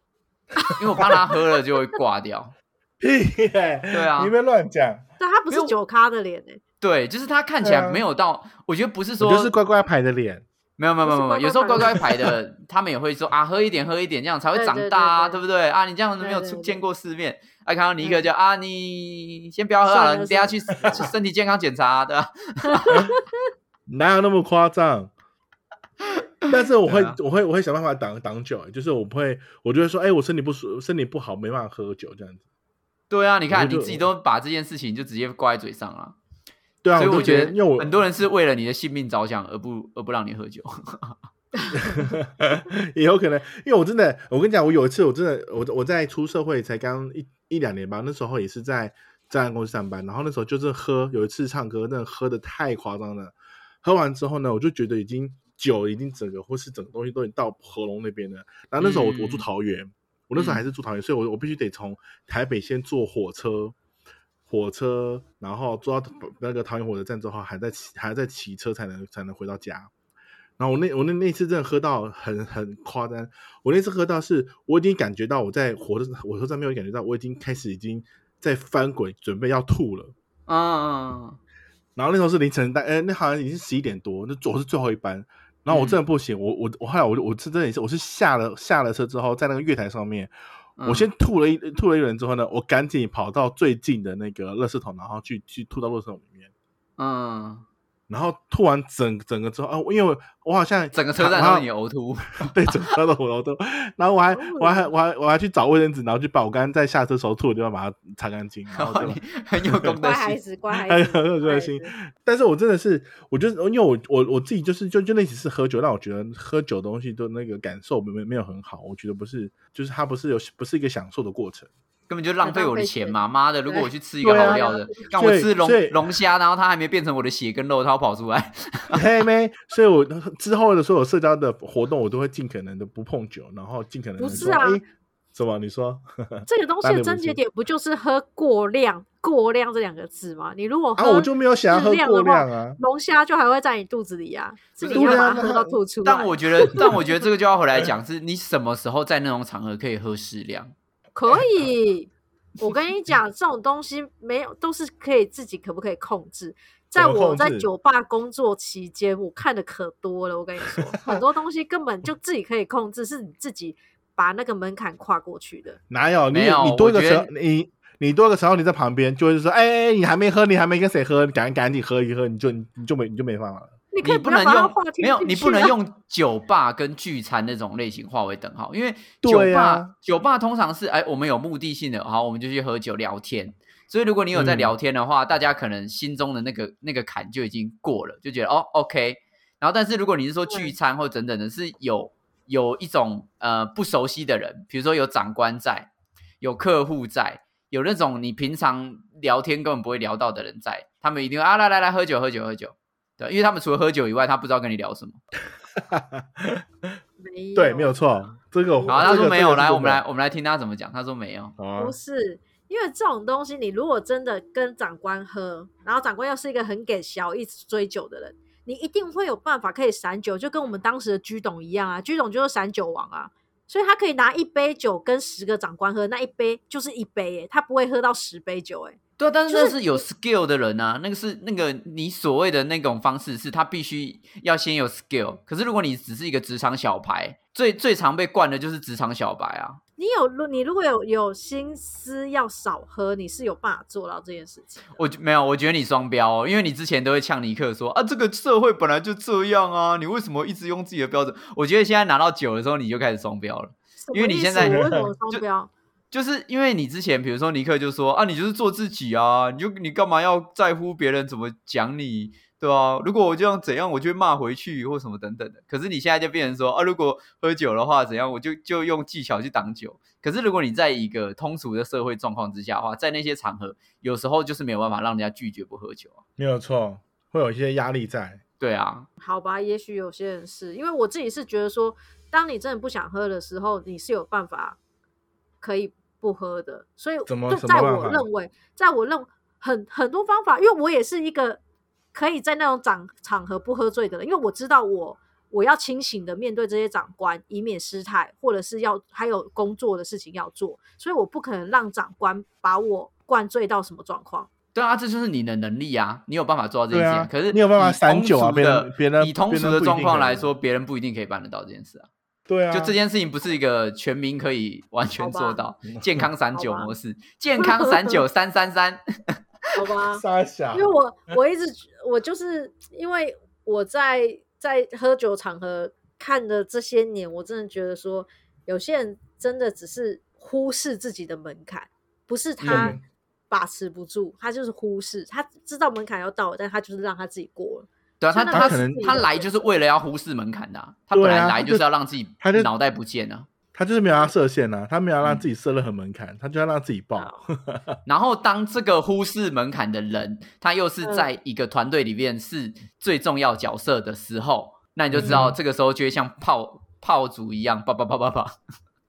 [SPEAKER 3] 因为我怕他喝了就会挂掉。
[SPEAKER 1] [laughs]
[SPEAKER 3] [laughs]
[SPEAKER 1] 屁耶！
[SPEAKER 3] 对啊
[SPEAKER 1] 你别乱讲，
[SPEAKER 2] 但他不
[SPEAKER 3] 没
[SPEAKER 2] 是
[SPEAKER 3] 有
[SPEAKER 2] 酒咖的脸哎、
[SPEAKER 3] 对，就是他看起
[SPEAKER 1] 对
[SPEAKER 3] 来
[SPEAKER 1] 啊
[SPEAKER 3] 没有到，我觉得不是
[SPEAKER 1] 我
[SPEAKER 3] 说
[SPEAKER 1] 就是乖乖牌的脸。
[SPEAKER 3] 没有没有没有没有，
[SPEAKER 2] 不是
[SPEAKER 3] 有时候
[SPEAKER 2] 乖
[SPEAKER 3] 乖
[SPEAKER 2] 乖
[SPEAKER 3] 乖牌的，他们也会说啊，喝一点喝一点，这样才会
[SPEAKER 2] 对
[SPEAKER 3] 长
[SPEAKER 2] 对
[SPEAKER 3] 大啊，
[SPEAKER 2] 对对
[SPEAKER 3] 对不对啊？你这样子没有
[SPEAKER 2] 对对
[SPEAKER 3] 出
[SPEAKER 2] 对
[SPEAKER 3] 见过世面，啊，看到尼克
[SPEAKER 2] 嗯
[SPEAKER 3] 就啊，你先不要喝好了，
[SPEAKER 2] 算了
[SPEAKER 3] 你等下去去身体健康检查啊，对吧？
[SPEAKER 1] 哪有那么夸张？ [laughs] 但是我会，
[SPEAKER 3] 对啊
[SPEAKER 1] 我会，我会想办法挡挡酒，欸就是我不会，我就会说，哎、我身体不舒，身体不好，没办法喝酒这样子。
[SPEAKER 3] 对啊，你
[SPEAKER 1] 我
[SPEAKER 3] 看
[SPEAKER 1] 就
[SPEAKER 3] 你自己都把这件事情就直接挂在嘴上了，
[SPEAKER 1] 对啊，
[SPEAKER 3] 所以
[SPEAKER 1] 我就
[SPEAKER 3] 觉
[SPEAKER 1] 因为我
[SPEAKER 3] 得很多人是为了你的性命着想而不而不让你喝酒。 [laughs]
[SPEAKER 1] [laughs] 也有可能，因为我真的，我跟你讲，我有一次，我真的，我我在出社会才刚一一两年吧，那时候也是在在公司上班，然后那时候就是喝，有一次唱歌，那喝的太夸张了，喝完之后呢，我就觉得已经酒已经整个或是整个东西都已经到喉咙那边了，然后那时候我、我住
[SPEAKER 3] 嗯
[SPEAKER 1] 桃园，我那时候还是住桃园，所以我我必须得从台北先坐火车。火车，然后坐到那个桃园火车站之后，还在骑，还在骑车才能才能回到家。然后我那我那那次真的喝到很很夸张，我那次喝到是我已经感觉到我在火车火车站没有感觉到我已经开始已经在翻滚，准备要吐了。
[SPEAKER 3] 嗯，
[SPEAKER 1] 然后那时候是凌晨大，呃，那好像已经十一点多，那我是最后一班。然后
[SPEAKER 3] 嗯
[SPEAKER 1] 我真的不行，我我我后来我就我是真的也是，我是下了下了车之后，在那个月台上面，我
[SPEAKER 3] 嗯
[SPEAKER 1] 先吐了一吐了一轮之后呢，我赶紧跑到最近的那个垃圾桶，然后去去吐到垃圾桶里面，
[SPEAKER 3] 嗯，
[SPEAKER 1] 然后吐完整整个之后啊，因为我好像
[SPEAKER 3] 整个车站
[SPEAKER 1] 然
[SPEAKER 3] 都
[SPEAKER 1] 后
[SPEAKER 3] 是你
[SPEAKER 2] [laughs]
[SPEAKER 3] 呕吐，
[SPEAKER 1] [laughs] 对，整个的我都，然后我还我还我还我还去找卫生纸，然后去把我刚刚在下车时候吐的地方把它擦干净，然
[SPEAKER 2] [laughs]
[SPEAKER 1] 后就
[SPEAKER 3] 你很有公德
[SPEAKER 2] 乖孩
[SPEAKER 3] 心。
[SPEAKER 2] 子，乖
[SPEAKER 1] 还
[SPEAKER 2] 孩
[SPEAKER 1] 有
[SPEAKER 3] [laughs]
[SPEAKER 2] 子，
[SPEAKER 1] 很
[SPEAKER 2] 乖
[SPEAKER 1] 热
[SPEAKER 2] 孩
[SPEAKER 1] 心
[SPEAKER 2] 子。
[SPEAKER 1] 但是我真的是，我就是因为我我我自己就是就就那几次喝酒，让我觉得喝酒东西的那个感受没没没有很好，我觉得不是，就是它不是有不是一个享受的过程。
[SPEAKER 3] 根本就浪费我的钱嘛！妈的，如果我去吃一
[SPEAKER 1] 对
[SPEAKER 3] 个
[SPEAKER 1] 啊
[SPEAKER 3] 好料的，让我
[SPEAKER 1] 所以
[SPEAKER 3] 吃龙
[SPEAKER 1] 所以
[SPEAKER 3] 龙虾，然后它还没变成我的血跟肉，它要跑出来。
[SPEAKER 1] 嘿妹，所以我之后的所有社交的活动，我都会尽可能的不碰酒，然后尽可能的
[SPEAKER 2] 不
[SPEAKER 1] 说
[SPEAKER 2] 是啊
[SPEAKER 1] 诶怎么你说？
[SPEAKER 2] 这个东西
[SPEAKER 1] 当
[SPEAKER 2] 的
[SPEAKER 1] 然
[SPEAKER 2] 症
[SPEAKER 1] 不
[SPEAKER 2] 结
[SPEAKER 1] 是
[SPEAKER 2] 点不就是喝过量“过量”这两个字吗？你如果喝、
[SPEAKER 1] 啊，我就没有想要喝
[SPEAKER 2] 量
[SPEAKER 1] 过
[SPEAKER 2] 的话
[SPEAKER 1] 量啊。
[SPEAKER 2] 龙虾就还会在你肚子里啊，是
[SPEAKER 3] 不
[SPEAKER 2] 你
[SPEAKER 3] 是
[SPEAKER 1] [laughs]
[SPEAKER 2] 要
[SPEAKER 1] 对啊
[SPEAKER 2] 把它喝到吐出来。
[SPEAKER 3] 但我觉得， [laughs] 但我觉得这个就要回来讲，是你什么时候在那种场合可以喝适量？
[SPEAKER 2] 可以，我跟你讲，这种东西没有都是可以自己可不可以控制。在
[SPEAKER 1] 怎么
[SPEAKER 2] 我
[SPEAKER 1] 控
[SPEAKER 2] 在
[SPEAKER 1] 制
[SPEAKER 2] 酒吧工作期间，我看的可多了。我跟你说，很多东西根本就自己可以控制，是你自己把那个门槛跨过去的。
[SPEAKER 1] 哪有你
[SPEAKER 3] 没有
[SPEAKER 1] 你多一个
[SPEAKER 3] 我觉
[SPEAKER 1] 时
[SPEAKER 3] 得
[SPEAKER 1] 候，你你多一个时候你在旁边就会说，哎、哎，你还没喝，你还没跟谁喝，你赶赶紧喝一喝，你就你你就没你就没办法了。
[SPEAKER 2] 你可
[SPEAKER 3] 你
[SPEAKER 2] 以
[SPEAKER 3] 不
[SPEAKER 2] 要
[SPEAKER 3] 能
[SPEAKER 2] 把它
[SPEAKER 3] 用
[SPEAKER 2] 话题
[SPEAKER 3] 没有，
[SPEAKER 2] 进
[SPEAKER 3] 你
[SPEAKER 2] 去
[SPEAKER 3] 不能
[SPEAKER 2] 啊
[SPEAKER 3] 用酒吧跟聚餐那种类型划为等号，因为酒
[SPEAKER 1] 对
[SPEAKER 3] 吧、
[SPEAKER 1] 啊
[SPEAKER 3] 酒吧通常是哎，我们有目的性的，好，我们就去喝酒聊天。所以如果你有在
[SPEAKER 1] 嗯
[SPEAKER 3] 聊天的话，大家可能心中的那个那个坎就已经过了，就觉得哦 OK。然后，但是如果你是说
[SPEAKER 2] 对
[SPEAKER 3] 聚餐或等等的，是有有一种呃不熟悉的人，比如说有长官在，有客户在，有那种你平常聊天根本不会聊到的人在，他们一定会啊来来来喝酒喝酒喝酒，对，因为他们除了喝酒以外，他不知道跟你聊什么。
[SPEAKER 2] 没
[SPEAKER 1] 对，没有错，这个我
[SPEAKER 3] 好，他
[SPEAKER 1] 这个
[SPEAKER 3] 说没有，
[SPEAKER 1] 这个是
[SPEAKER 3] 来
[SPEAKER 1] 真
[SPEAKER 3] 我们
[SPEAKER 1] 的
[SPEAKER 3] 来我们来听他怎么讲，他说没有，
[SPEAKER 1] 好啊
[SPEAKER 2] 不是，因为这种东西，你如果真的跟长官喝，然后长官又是一个很给小一直追酒的人，你一定会有办法可以散酒，就跟我们当时的居董一样啊，居董就是散酒王啊，所以他可以拿一杯酒跟十个长官喝，那一杯就是一杯、欸，他不会喝到十杯酒、欸，
[SPEAKER 3] 对啊，但是
[SPEAKER 2] 就是
[SPEAKER 3] 那是有 skill 的人啊，那个是那个你所谓的那种方式，是他必须要先有 skill。可是如果你只是一个职场小白，最最常被惯的就是职场小白啊。
[SPEAKER 2] 你有如你如果有有心思要少喝，你是有办法做到这件事情的。
[SPEAKER 3] 我觉没有，我觉得你双标、哦，因为你之前都会呛尼克说啊，这个社会本来就这样啊，你为什么一直用自己的标准？我觉得现在拿到酒的时候，你就开始双标了，
[SPEAKER 2] 什
[SPEAKER 3] 因为
[SPEAKER 2] 么
[SPEAKER 3] 你
[SPEAKER 2] 意
[SPEAKER 3] 现
[SPEAKER 2] 思
[SPEAKER 3] 在
[SPEAKER 2] 我为什么双
[SPEAKER 3] [laughs] 就
[SPEAKER 2] 标？
[SPEAKER 3] 就是因为你之前，比如说尼克就说啊，你就是做自己啊，你就你干嘛要在乎别人怎么讲你？对啊，如果我这样怎样，我就会骂回去或什么等等的。可是你现在就变成说啊，如果喝酒的话怎样，我就就用技巧去挡酒。可是如果你在一个通俗的社会状况之下的话，在那些场合，有时候就是没有办法让人家拒绝不喝酒啊。
[SPEAKER 1] 没有错，会有一些压力在。
[SPEAKER 3] 对啊，
[SPEAKER 2] 好吧，也许有些人是因为我自己是觉得说，当你真的不想喝的时候，你是有办法可以不喝的。所以
[SPEAKER 1] 怎么
[SPEAKER 2] 就
[SPEAKER 1] 什么
[SPEAKER 2] 在
[SPEAKER 1] 办
[SPEAKER 2] 我
[SPEAKER 1] 法
[SPEAKER 2] 认为，在我认很很多方法，因为我也是一个可以在那种场场合不喝醉的人，因为我知道我我要清醒的面对这些长官，以免失态，或者是要还有工作的事情要做，所以我不可能让长官把我灌醉到什么状况。
[SPEAKER 3] 对啊，这就是你的能力啊，你有办法做到这件事、
[SPEAKER 1] 对啊
[SPEAKER 3] 可是
[SPEAKER 1] 你有办法
[SPEAKER 3] 以
[SPEAKER 1] 散酒啊
[SPEAKER 3] 通俗的
[SPEAKER 1] 别人别人
[SPEAKER 3] 以通
[SPEAKER 1] 别人
[SPEAKER 3] 俗
[SPEAKER 1] 不一
[SPEAKER 3] 的
[SPEAKER 1] 定
[SPEAKER 3] 状况
[SPEAKER 1] 可以
[SPEAKER 3] 来说，别人不一定可以办得到这件事啊。
[SPEAKER 1] 对啊，
[SPEAKER 3] 就这件事情不是一个全民可以完全做到
[SPEAKER 1] 好吧
[SPEAKER 3] 健康散酒
[SPEAKER 2] 好吧
[SPEAKER 3] 模式，健康散酒三三三，
[SPEAKER 2] 好 [laughs] 吧，
[SPEAKER 1] 傻小
[SPEAKER 2] 因为我我一直我就是因为我在在喝酒场合看的这些年，我真的觉得说，有些人真的只是忽视自己的门槛，不是他
[SPEAKER 1] 嗯
[SPEAKER 2] 把持不住，他就是忽视，他知道门槛要到了，但他就是让他自己过了。
[SPEAKER 3] 对啊，
[SPEAKER 2] 所
[SPEAKER 3] 他
[SPEAKER 2] 以那
[SPEAKER 3] 他
[SPEAKER 1] 可能
[SPEAKER 3] 他来就是为了要忽视门槛的啊、他本
[SPEAKER 1] 对
[SPEAKER 3] 来
[SPEAKER 1] 啊
[SPEAKER 3] 来
[SPEAKER 1] 他就
[SPEAKER 3] 就是要让自己
[SPEAKER 1] 他就
[SPEAKER 3] 脑袋不见啊。
[SPEAKER 1] 他就是没有要设限啊，他没有要让
[SPEAKER 3] 嗯
[SPEAKER 1] 自己设任何门槛，他就要让自己爆。
[SPEAKER 2] 好
[SPEAKER 3] 然后当这个忽视门槛的人，他又是在一个团队里面是最重要角色的时候，那你就知道
[SPEAKER 1] 嗯
[SPEAKER 3] 这个时候就会像炮炮竹一样，爆爆爆爆爆， [laughs]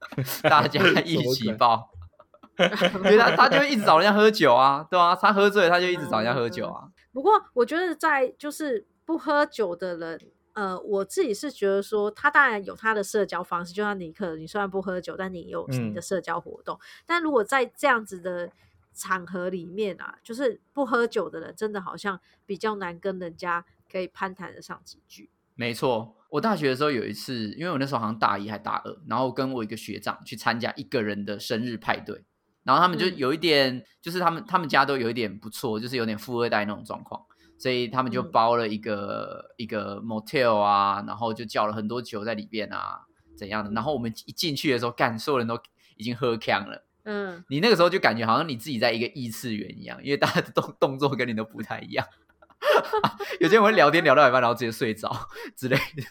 [SPEAKER 3] 大家一起爆。 [laughs] 因为他他就会一直找人家喝酒啊，对啊，他喝醉了他就一直找人家喝酒啊。
[SPEAKER 2] 不过我觉得在就是不喝酒的人，呃，我自己是觉得说，他当然有他的社交方式，就像尼克，你虽然不喝酒，但你有你的
[SPEAKER 1] 嗯
[SPEAKER 2] 社交活动。但如果在这样子的场合里面啊，就是不喝酒的人，真的好像比较难跟人家可以攀谈得上几句。
[SPEAKER 3] 没错，我大学的时候有一次，因为我那时候好像大一还大二，然后跟我一个学长去参加一个人的生日派对，然后他们就
[SPEAKER 2] 嗯
[SPEAKER 3] 有一点，就是他们他们家都有一点不错，就是有点富二代那种状况，所以他们就
[SPEAKER 2] 嗯
[SPEAKER 3] 包了一个、一个 motel 啊，然后就叫了很多酒在里边啊，怎样的？然后我们一进去的时候，干所有人都已经喝呛了。
[SPEAKER 2] 嗯，
[SPEAKER 3] 你那个时候就感觉好像你自己在一个异次元一样，因为大家的动动作跟你都不太一样。 [laughs] 有些人会聊天聊到一半，然后直接睡着之类的，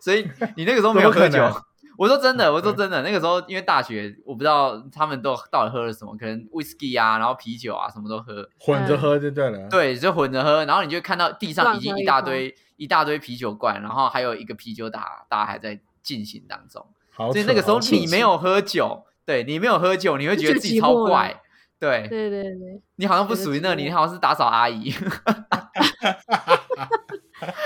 [SPEAKER 3] 所以你那个时候没有喝
[SPEAKER 1] 怎
[SPEAKER 3] 酒
[SPEAKER 1] 么可能。嗯
[SPEAKER 3] 我说真的，我说真的，那个时候因为大学，我不知道他们都到底喝了什么，可能 whisky 啊，然后啤酒啊，什么都喝，
[SPEAKER 1] 混着喝就对了。，
[SPEAKER 3] 对，就混着喝。然后你就看到地上已经
[SPEAKER 2] 乱喝
[SPEAKER 3] 一
[SPEAKER 2] 一
[SPEAKER 3] 大
[SPEAKER 2] 通
[SPEAKER 3] 堆一大堆啤酒罐，然后还有一个啤酒打打还在进行当中。
[SPEAKER 1] 好
[SPEAKER 3] 所以
[SPEAKER 1] 扯哦
[SPEAKER 3] 那个时候
[SPEAKER 1] 好扯
[SPEAKER 3] 你没有喝酒，对你没有喝酒，你会
[SPEAKER 2] 就
[SPEAKER 3] 觉得
[SPEAKER 2] 觉得
[SPEAKER 3] 自己
[SPEAKER 2] 寂
[SPEAKER 3] 超
[SPEAKER 2] 寞了
[SPEAKER 3] 怪，对
[SPEAKER 2] 对对对， [laughs]
[SPEAKER 3] 你好像不
[SPEAKER 2] 觉得
[SPEAKER 3] 属于
[SPEAKER 2] 寂
[SPEAKER 3] 那里，你
[SPEAKER 2] 寞
[SPEAKER 3] 好像是打扫阿
[SPEAKER 2] [laughs]
[SPEAKER 3] 姨。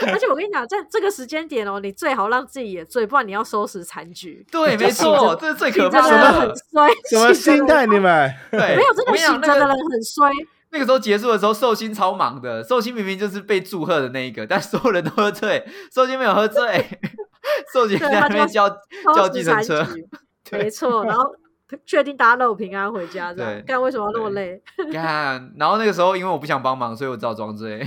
[SPEAKER 2] 而且我跟你讲，在这个时间点哦，你最好让自己也醉，不然你要收拾残局。
[SPEAKER 3] 对，没错，这是最可
[SPEAKER 2] 真
[SPEAKER 3] 怕
[SPEAKER 2] 的很
[SPEAKER 3] 的。
[SPEAKER 2] 衰，
[SPEAKER 1] 什么
[SPEAKER 2] 醒着
[SPEAKER 1] 心
[SPEAKER 2] 的
[SPEAKER 1] 态？
[SPEAKER 2] 人
[SPEAKER 1] 你 [laughs] 们
[SPEAKER 2] [laughs]
[SPEAKER 3] 对，
[SPEAKER 2] 没有，真的
[SPEAKER 3] 我跟你讲
[SPEAKER 2] 醒着的人
[SPEAKER 3] 那个
[SPEAKER 2] 很衰。
[SPEAKER 3] 那个时候结束的时候，寿星超忙的，寿星明明就是被祝贺的那一个，但所有人都喝醉，寿星没有喝醉，寿星
[SPEAKER 2] 对
[SPEAKER 3] 在
[SPEAKER 2] 他
[SPEAKER 3] 那边
[SPEAKER 2] 就
[SPEAKER 3] 叫叫
[SPEAKER 2] 收
[SPEAKER 3] 计
[SPEAKER 2] 拾
[SPEAKER 3] 程
[SPEAKER 2] 残
[SPEAKER 3] 车。 [laughs]
[SPEAKER 2] 局，没错。然后确定大家都有平安回家，这
[SPEAKER 3] 对
[SPEAKER 2] 样干为什么要那么
[SPEAKER 3] 对 [laughs]
[SPEAKER 2] 累？
[SPEAKER 3] 看，然后那个时候因为我不想帮忙，所以我只好装醉。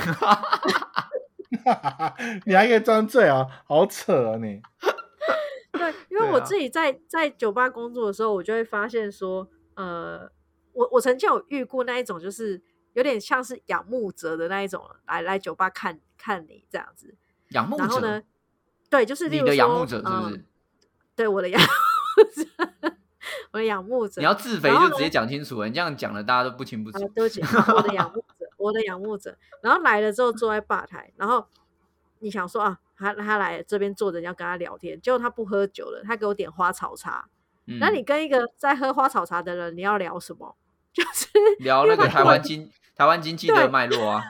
[SPEAKER 1] 你还可以装醉啊，好扯啊你！
[SPEAKER 2] 对，因为
[SPEAKER 3] 对
[SPEAKER 2] 我
[SPEAKER 3] 啊
[SPEAKER 2] 自己在在酒吧工作的时候，我就会发现说，呃，我我曾经有遇过那一种，就是有点像是仰慕者的那一种，来来酒吧看看你这样子。
[SPEAKER 3] 仰慕
[SPEAKER 2] 然后呢
[SPEAKER 3] 者，，
[SPEAKER 2] 对，就是例
[SPEAKER 3] 你
[SPEAKER 2] 如
[SPEAKER 3] 的仰
[SPEAKER 2] 说
[SPEAKER 3] 慕者是不
[SPEAKER 2] 嗯
[SPEAKER 3] 是？
[SPEAKER 2] 对，我的仰慕者， [laughs] 我的仰慕者。
[SPEAKER 3] 你要自肥
[SPEAKER 2] 然后
[SPEAKER 3] 就直接讲清楚了，你这样讲了大家都不清不
[SPEAKER 2] 啊
[SPEAKER 3] 楚。，
[SPEAKER 2] 对不起，好我的仰慕者，我的仰慕者。然后来了之后坐在吧台，然后你想说啊，他他来这边坐着，你要跟他聊天，结果他不喝酒了，他给我点花草茶。
[SPEAKER 3] 嗯
[SPEAKER 2] 那你跟一个在喝花草茶的人，你要聊什么？ [laughs] 就是
[SPEAKER 3] 聊
[SPEAKER 2] 因
[SPEAKER 3] 那
[SPEAKER 2] 为
[SPEAKER 3] 个
[SPEAKER 2] 他
[SPEAKER 3] 台
[SPEAKER 2] 突然
[SPEAKER 3] 湾经台湾经济的
[SPEAKER 2] 对
[SPEAKER 3] 脉络啊，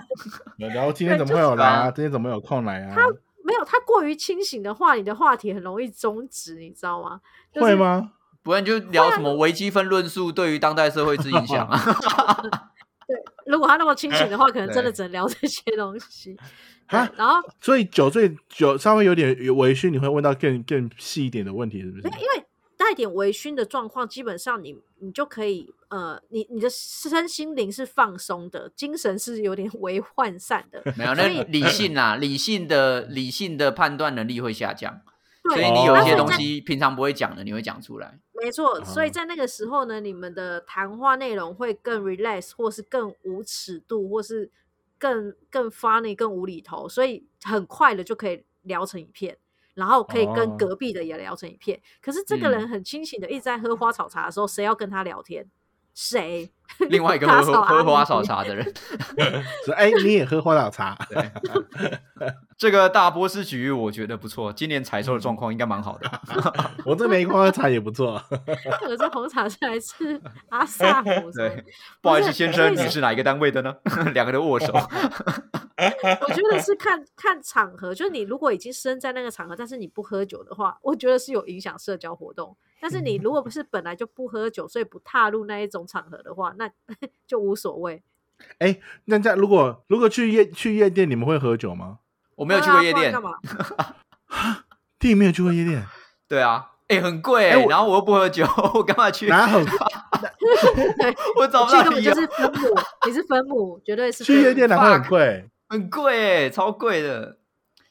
[SPEAKER 1] 然后今天怎么会有来
[SPEAKER 3] 对
[SPEAKER 1] 啊？今天怎么会有空来啊？
[SPEAKER 2] 没有他过于清醒的话，你的话题很容易终止，你知道吗？就是
[SPEAKER 1] 会吗？
[SPEAKER 3] 不然就聊什么
[SPEAKER 2] 啊
[SPEAKER 3] 微积分论述对于当代社会之影响
[SPEAKER 1] [laughs]
[SPEAKER 3] 啊。
[SPEAKER 2] 如果他那么清醒的话，可能真的
[SPEAKER 3] 对
[SPEAKER 2] 只能聊这些东西。
[SPEAKER 1] 哎啊
[SPEAKER 2] 对，然后
[SPEAKER 1] 所以酒醉酒稍微有点微醺，你会问到更更细一点的问题，是不是？
[SPEAKER 3] 嗯
[SPEAKER 2] 因为带点微醺的状况，基本上你你就可以呃，你你的身心灵是放松的，精神是有点 [laughs] 为涣散的，
[SPEAKER 3] 没有，
[SPEAKER 2] 所
[SPEAKER 3] 那
[SPEAKER 2] 以
[SPEAKER 3] 理性啦，理性的理性的判断能力会下降，所
[SPEAKER 2] 对，
[SPEAKER 3] 以你有
[SPEAKER 1] 哦
[SPEAKER 3] 一
[SPEAKER 2] 那
[SPEAKER 3] 些
[SPEAKER 2] 所以
[SPEAKER 3] 东
[SPEAKER 2] 在
[SPEAKER 3] 西平常不会讲的，你会讲出来。
[SPEAKER 2] 没错，所
[SPEAKER 1] 哦
[SPEAKER 2] 以在那个时候呢，你们的谈话内容会更 relax，或是更无尺度，或是更更 funny、更无厘头，所以很快的就可以聊成一片，然后可以
[SPEAKER 1] 哦
[SPEAKER 2] 跟隔壁的也聊成一片。可是这个
[SPEAKER 3] 嗯
[SPEAKER 2] 人很清醒的，一直在喝花草茶的时候，谁要跟他聊天？谁？ [laughs]
[SPEAKER 3] 另外一个
[SPEAKER 2] 打
[SPEAKER 3] 喝
[SPEAKER 2] 扫
[SPEAKER 3] 喝
[SPEAKER 2] 阿
[SPEAKER 3] 喝花
[SPEAKER 2] 姨
[SPEAKER 3] 草茶的
[SPEAKER 2] [laughs]
[SPEAKER 3] 人，
[SPEAKER 1] 说哎，你也喝花草茶，
[SPEAKER 3] 这个大波斯局我觉得不错，今年采收的状况应该蛮好
[SPEAKER 2] 嗯
[SPEAKER 3] 的。
[SPEAKER 1] [laughs] 我这没花草茶也不错。
[SPEAKER 2] 可是红茶是还是阿
[SPEAKER 3] [laughs]
[SPEAKER 2] 萨姆什么的
[SPEAKER 3] 对，不好意思，
[SPEAKER 2] [laughs] 不是
[SPEAKER 3] 先生，
[SPEAKER 2] 为什啊
[SPEAKER 3] 你是哪一个单位的呢？ [laughs] 两个人握手。
[SPEAKER 2] 我觉得是看看场合，就是你如果已经身在那个场合，但是你不喝酒的话，我觉得是有影响社交活动。但是
[SPEAKER 3] 嗯
[SPEAKER 2] 你如果不是本来就不喝酒，所以不踏入那一种场合的话，那 [laughs] 就无所谓。
[SPEAKER 1] 哎， [laughs] 那这样如果如果去夜去夜店，你们会喝酒吗？
[SPEAKER 3] 我
[SPEAKER 2] 没
[SPEAKER 3] 没有去过夜
[SPEAKER 2] 啊
[SPEAKER 3] 店
[SPEAKER 2] 干，
[SPEAKER 3] [laughs]
[SPEAKER 2] 嘛？
[SPEAKER 1] 弟没有去过夜 [laughs] 店，
[SPEAKER 3] 对啊，哎，很贵
[SPEAKER 1] 哎
[SPEAKER 3] 欸，
[SPEAKER 1] 我啊
[SPEAKER 3] 然后我又不喝酒， [laughs] 我干嘛去？
[SPEAKER 1] 哪很
[SPEAKER 3] 我找不
[SPEAKER 2] 去
[SPEAKER 3] 到
[SPEAKER 2] 根本
[SPEAKER 3] 理由
[SPEAKER 2] 就。是分母，
[SPEAKER 3] [laughs]
[SPEAKER 2] 你是分母，绝对是分
[SPEAKER 1] 去
[SPEAKER 2] 母
[SPEAKER 1] 夜店哪会很贵？
[SPEAKER 3] 很贵耶，超贵的。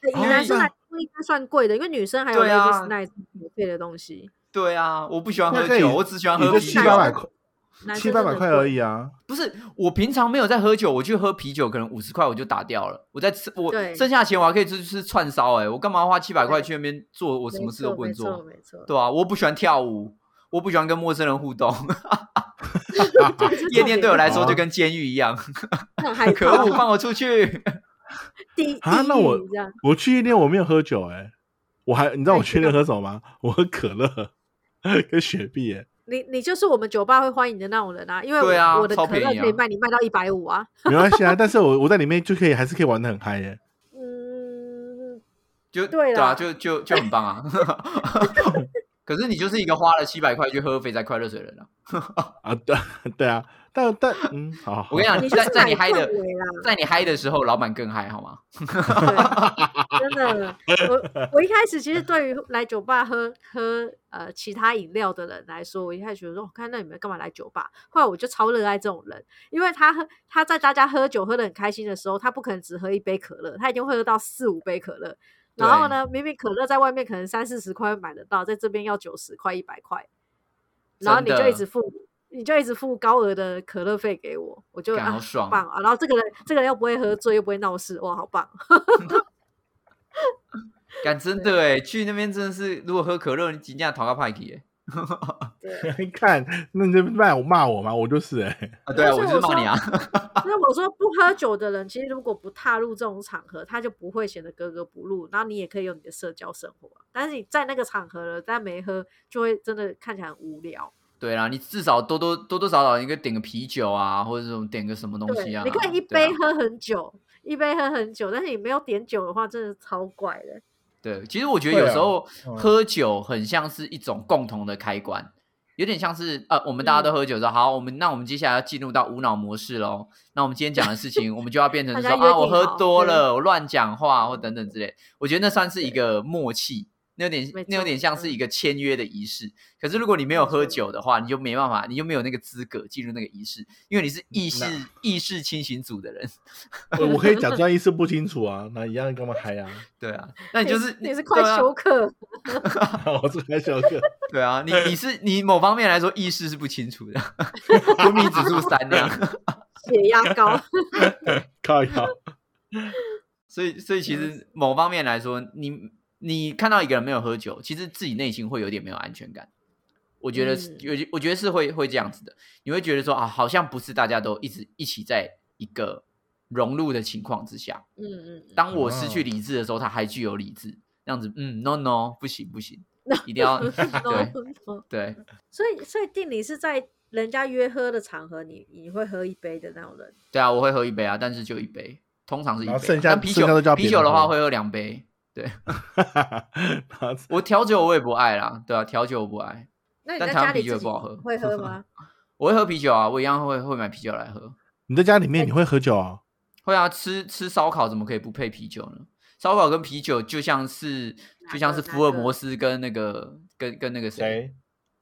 [SPEAKER 2] 对以
[SPEAKER 1] 哦
[SPEAKER 2] 男生
[SPEAKER 1] 那
[SPEAKER 2] 来说应该算贵的，因为女生还有
[SPEAKER 3] 对啊
[SPEAKER 2] ladies night 免费的东西，
[SPEAKER 3] 对啊，我不喜欢喝
[SPEAKER 1] 那可以
[SPEAKER 3] 酒，我只喜欢
[SPEAKER 1] 你
[SPEAKER 3] 喝
[SPEAKER 1] 就
[SPEAKER 3] 啤
[SPEAKER 1] 七
[SPEAKER 3] 酒。
[SPEAKER 1] 八百块，
[SPEAKER 2] 男
[SPEAKER 1] 七
[SPEAKER 2] 生
[SPEAKER 1] 八百块而已啊。
[SPEAKER 3] 不是，我平常没有在喝酒，我去喝啤酒，可能五十块我就打掉了。我在吃，我
[SPEAKER 2] 对
[SPEAKER 3] 剩下钱我还可以去吃串烧，哎，我干嘛花七百块去那边做我
[SPEAKER 2] 真的贵，
[SPEAKER 3] 什么事都不能
[SPEAKER 2] 没错
[SPEAKER 3] 做？
[SPEAKER 2] 没错，
[SPEAKER 3] 对啊，我不喜欢跳舞，我不喜欢跟陌生人
[SPEAKER 2] [laughs]
[SPEAKER 3] 互动，
[SPEAKER 2] 啊这
[SPEAKER 3] [laughs]
[SPEAKER 2] 个是
[SPEAKER 3] 夜店对我来说
[SPEAKER 1] 啊
[SPEAKER 3] 就跟监狱一样。 [laughs]
[SPEAKER 2] 很害
[SPEAKER 3] 可
[SPEAKER 2] 怕
[SPEAKER 3] 恶，，放我出去！ [laughs]
[SPEAKER 2] 地
[SPEAKER 1] 啊
[SPEAKER 2] 地
[SPEAKER 1] 那我
[SPEAKER 2] 狱这样。
[SPEAKER 1] 我去夜店我没有喝酒，哎，我还你知道我去夜店喝什么 [laughs] 吗？我喝可乐跟雪碧，哎，
[SPEAKER 2] 你你就是我们酒吧会欢迎的那种人啊，因为我
[SPEAKER 3] 对啊
[SPEAKER 2] 我的
[SPEAKER 3] 超
[SPEAKER 2] 可
[SPEAKER 3] 便
[SPEAKER 2] 乐
[SPEAKER 3] 宜啊
[SPEAKER 2] 可以卖你卖到一百五啊。
[SPEAKER 1] 没关系啊。但是我我在里面就可以还是可以玩的很嗨，哎。
[SPEAKER 2] 嗯，
[SPEAKER 3] 就
[SPEAKER 2] 对啦
[SPEAKER 3] 啊，就就就很棒啊！ [laughs] 可是你就是一个花了七百块去喝肥宅快乐水的人啊！
[SPEAKER 1] [laughs] 啊，对对啊，但但嗯，好，好
[SPEAKER 3] 我跟你讲，
[SPEAKER 2] 你就
[SPEAKER 3] 在
[SPEAKER 2] 是
[SPEAKER 3] 啊在你
[SPEAKER 2] 买
[SPEAKER 3] 嗨的
[SPEAKER 2] 氛围啦，
[SPEAKER 3] 在你嗨的时候，老板更嗨，好吗？
[SPEAKER 2] 对，真
[SPEAKER 3] [laughs]
[SPEAKER 2] 的，我我一开始其实对于来酒吧喝喝呃其他饮料的人来说，我一开始觉得说，我、哦看那你们干嘛来酒吧？后来我就超热爱这种人，因为他喝他在大家喝酒喝得很开心的时候，他不可能只喝一杯可乐，他已经会喝到四五杯可乐。然后呢，明明可乐在外面可能三四十块买得到，在这边要九十块一百块，然后你
[SPEAKER 3] 真
[SPEAKER 2] 就
[SPEAKER 3] 的
[SPEAKER 2] 一直付，你就一直付高额的可乐费给我，我就
[SPEAKER 3] 干
[SPEAKER 2] 啊
[SPEAKER 3] 好爽
[SPEAKER 2] 好棒啊！然后这个人这个人又不会喝醉，又不会闹事，哇，好棒！啊
[SPEAKER 3] 干真的哎，去那边真的是，如果喝可乐，你尽量逃个派去哎。
[SPEAKER 1] [laughs] 看，那你就骂我骂我嘛，我就是哎、
[SPEAKER 3] 啊，对啊，
[SPEAKER 2] 但
[SPEAKER 3] 我
[SPEAKER 2] 是
[SPEAKER 3] 就是
[SPEAKER 2] 我
[SPEAKER 3] 骂你啊。 [laughs]
[SPEAKER 2] 那我说不喝酒的人，其实如果不踏入这种场合，他就不会显得格格不入，然后你也可以有你的社交生活。啊但是你在那个场合了，但没喝，就会真的看起来很无聊。
[SPEAKER 3] 对啊啦，你至少多多多多少少你可以点个啤酒啊，或者这种点个什么东西
[SPEAKER 2] 对，
[SPEAKER 3] 啊。
[SPEAKER 2] 你可以一
[SPEAKER 3] 对啊
[SPEAKER 2] 杯喝很久，一杯喝很久，但是你没有点酒的话，真的超怪的。
[SPEAKER 3] 对，其实我觉得
[SPEAKER 1] 会
[SPEAKER 3] 有
[SPEAKER 1] 啊
[SPEAKER 3] 时候
[SPEAKER 1] 嗯
[SPEAKER 3] 喝酒很像是一种共同的开关，有点像是呃，我们
[SPEAKER 2] 嗯
[SPEAKER 3] 大家都喝酒说、好，我们那我们接下来要进入到无脑模式喽。那我们今天讲的事
[SPEAKER 2] [laughs]
[SPEAKER 3] 情，我们就要变成
[SPEAKER 2] 大
[SPEAKER 3] 说
[SPEAKER 2] 家约
[SPEAKER 3] 啊，我
[SPEAKER 2] 定
[SPEAKER 3] 喝
[SPEAKER 2] 好嗯
[SPEAKER 3] 多
[SPEAKER 2] 对
[SPEAKER 3] 了，我乱讲话或等等之类。我觉得那算是一个默契，那有点
[SPEAKER 2] 没
[SPEAKER 3] 那有
[SPEAKER 2] 错
[SPEAKER 3] 点像是
[SPEAKER 2] 嗯
[SPEAKER 3] 一个签约的仪式。可是如果你没有
[SPEAKER 2] 没
[SPEAKER 3] 喝
[SPEAKER 2] 错
[SPEAKER 3] 酒的话，你就没办法，你就没有那个资格进入那个仪式，因为你是
[SPEAKER 2] 嗯
[SPEAKER 3] 意识意识清醒组的人。
[SPEAKER 1] [laughs]
[SPEAKER 3] [laughs]
[SPEAKER 1] 我我可以假装意识不清楚啊，那一样干嘛嗨啊？
[SPEAKER 3] 对啊，那你就
[SPEAKER 2] 你
[SPEAKER 3] 是
[SPEAKER 2] 你是
[SPEAKER 3] 对
[SPEAKER 2] 快
[SPEAKER 3] 啊
[SPEAKER 2] 休克，
[SPEAKER 1] [laughs] 我是开小哥，
[SPEAKER 3] 对啊，你你是你某方面来说意识是不清楚的， [laughs] 昏迷指数三那样， [laughs]
[SPEAKER 2] 血压高。 [laughs]
[SPEAKER 1] 靠腰。 [laughs]
[SPEAKER 3] 所以所以其
[SPEAKER 2] 了
[SPEAKER 3] 实某方面来说，你你看到一个人没有喝酒，其实自己内心会有点没有安全感。我觉得是，
[SPEAKER 2] 嗯
[SPEAKER 3] 有、我觉得是会会这样子的，你会觉得说啊，好像不是大家都一直一起在一个融入的情况之下。
[SPEAKER 2] 嗯嗯，嗯
[SPEAKER 3] 当我失去
[SPEAKER 1] 哦
[SPEAKER 3] 理智的时候，他还具有理智，这样子，嗯，no no，不行不行，一定要对
[SPEAKER 2] no, no.
[SPEAKER 3] 对，
[SPEAKER 2] 所以所以定理是在人家约喝的场合，你你会喝一杯的那种人。
[SPEAKER 3] 对啊，我会喝一杯啊，但是就一杯，通常是一杯啊、
[SPEAKER 1] 然后剩下
[SPEAKER 3] 但啤
[SPEAKER 1] 剩下都叫
[SPEAKER 3] 酒，
[SPEAKER 1] 别人
[SPEAKER 3] 啤酒的话
[SPEAKER 1] 喝
[SPEAKER 3] 会喝两杯。对
[SPEAKER 1] 然后
[SPEAKER 3] 我调酒我也不爱啦，对啊，调酒我不爱，
[SPEAKER 2] 那你
[SPEAKER 3] 但
[SPEAKER 2] 在
[SPEAKER 3] 台湾
[SPEAKER 2] 家里
[SPEAKER 3] 啤
[SPEAKER 2] 自
[SPEAKER 3] 酒也
[SPEAKER 2] 己
[SPEAKER 3] 不好喝
[SPEAKER 2] 会喝吗？
[SPEAKER 3] 我会喝啤酒啊，我一样会会买啤酒来喝。
[SPEAKER 1] 你在家里面你会喝酒啊？
[SPEAKER 3] 会啊，吃吃烧烤怎么可以不配啤酒呢？烧烤跟啤酒就像是
[SPEAKER 2] 哪
[SPEAKER 3] 就像
[SPEAKER 2] 个
[SPEAKER 3] 是
[SPEAKER 2] 哪
[SPEAKER 3] 福尔
[SPEAKER 2] 个
[SPEAKER 3] 摩斯跟那个跟跟那个谁
[SPEAKER 1] 谁？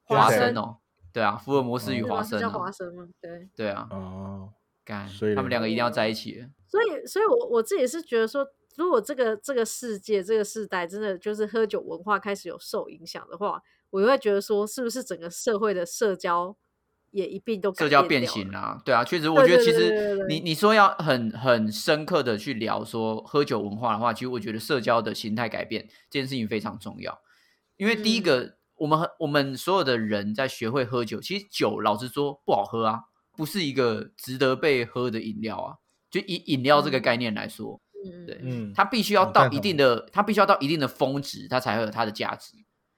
[SPEAKER 3] 华
[SPEAKER 1] 谁
[SPEAKER 3] 生哦，对啊，福尔摩斯
[SPEAKER 1] 嗯
[SPEAKER 3] 与
[SPEAKER 2] 是
[SPEAKER 3] 华
[SPEAKER 2] 吗？是
[SPEAKER 3] 生
[SPEAKER 2] 叫
[SPEAKER 3] 哦
[SPEAKER 2] 华，生吗？对。
[SPEAKER 3] 对啊，
[SPEAKER 1] 哦，
[SPEAKER 3] 干
[SPEAKER 1] 所以，
[SPEAKER 3] 他
[SPEAKER 1] 嘞
[SPEAKER 3] 们两个
[SPEAKER 2] 哦
[SPEAKER 3] 一定要在一起。
[SPEAKER 2] 所以，所以我我自己是觉得说，如果这个这个世界这个世代真的就是喝酒文化开始有受影响的话，我会觉得说，是不是整个社会的社交也一并都
[SPEAKER 3] 社
[SPEAKER 2] 改
[SPEAKER 3] 交
[SPEAKER 2] 变
[SPEAKER 3] 变
[SPEAKER 2] 掉
[SPEAKER 3] 形
[SPEAKER 2] 了
[SPEAKER 3] 啦、对啊，确实，我觉
[SPEAKER 2] 对
[SPEAKER 3] 得其
[SPEAKER 2] 对对对
[SPEAKER 3] 实
[SPEAKER 2] 对对
[SPEAKER 3] 你你说要很很深刻的去聊说喝酒文化的话，其实我觉得社交的形态改变这件事情非常重要，因为第一
[SPEAKER 2] 嗯
[SPEAKER 3] 个，我们我们所有的人在学会喝酒，其实酒老实说不好喝啊，不是一个值得被喝的饮料啊，就以饮料这个
[SPEAKER 2] 嗯
[SPEAKER 3] 概念来说，
[SPEAKER 2] 嗯，
[SPEAKER 3] 对
[SPEAKER 1] 嗯，
[SPEAKER 3] 它必须要
[SPEAKER 1] 我
[SPEAKER 3] 到
[SPEAKER 1] 赞
[SPEAKER 3] 一
[SPEAKER 1] 同
[SPEAKER 3] 定的，它必须要到一定的峰值，它才会有它的价值。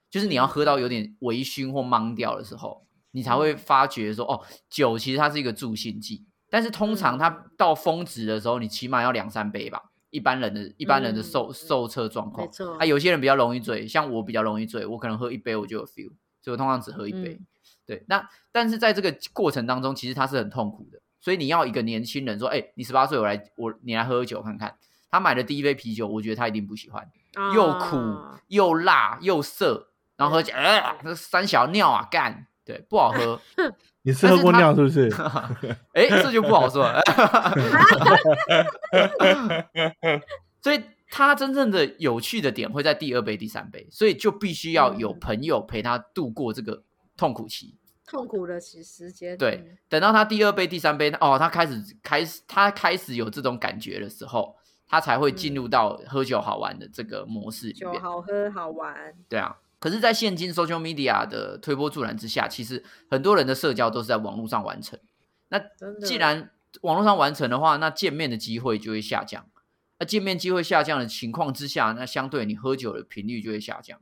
[SPEAKER 3] 就是你要喝到有点微醺或懵掉的时候，你才
[SPEAKER 2] 嗯
[SPEAKER 3] 会发觉说，哦，酒其实它是一个助兴剂。但是通常它
[SPEAKER 2] 嗯
[SPEAKER 3] 到峰值的时候，你起码要两三杯吧。一般人的一般人的受、
[SPEAKER 2] 嗯
[SPEAKER 3] 受测状况
[SPEAKER 2] 没，错
[SPEAKER 3] 啊，有些人比较容易醉，像我比较容易醉，我可能喝一杯我就有 feel，所以我通常只喝一杯。
[SPEAKER 2] 嗯
[SPEAKER 3] 对，那但是在这个过程当中，其实它是很痛苦的，所以你要一个年轻人说，哎、你十八岁，我来我你来喝喝酒看看。他买的第一杯啤酒，我觉得他一定不喜欢，又苦
[SPEAKER 2] 啊
[SPEAKER 3] 又辣又涩，然后喝起来，呃，那三小尿啊干，对，不好喝，
[SPEAKER 1] 你是喝过
[SPEAKER 3] 但是他
[SPEAKER 1] 尿是不是？
[SPEAKER 3] [laughs] 哎，这就不好说了。 [laughs] 所以他真正的有趣的点会在第二杯、第三杯，所以就必须要有
[SPEAKER 2] 嗯
[SPEAKER 3] 朋友陪他度过这个痛苦期。
[SPEAKER 2] 痛苦的时时间。嗯
[SPEAKER 3] 对，等到他第二杯、第三杯，哦，他开始开始他开始有这种感觉的时候，他才会进入到喝酒好玩的这个模式
[SPEAKER 2] 嗯，
[SPEAKER 3] 里
[SPEAKER 2] 酒
[SPEAKER 3] 面。
[SPEAKER 2] 好喝好玩，
[SPEAKER 3] 对啊，可是，在现今 social media 的推波助澜之下，其实很多人的社交都是在网络上完成。那
[SPEAKER 2] 真的。
[SPEAKER 3] 既然网络上完成的话，那见面的机会就会下降。那见面机会下降的情况之下，那相对你喝酒的频率就会下降，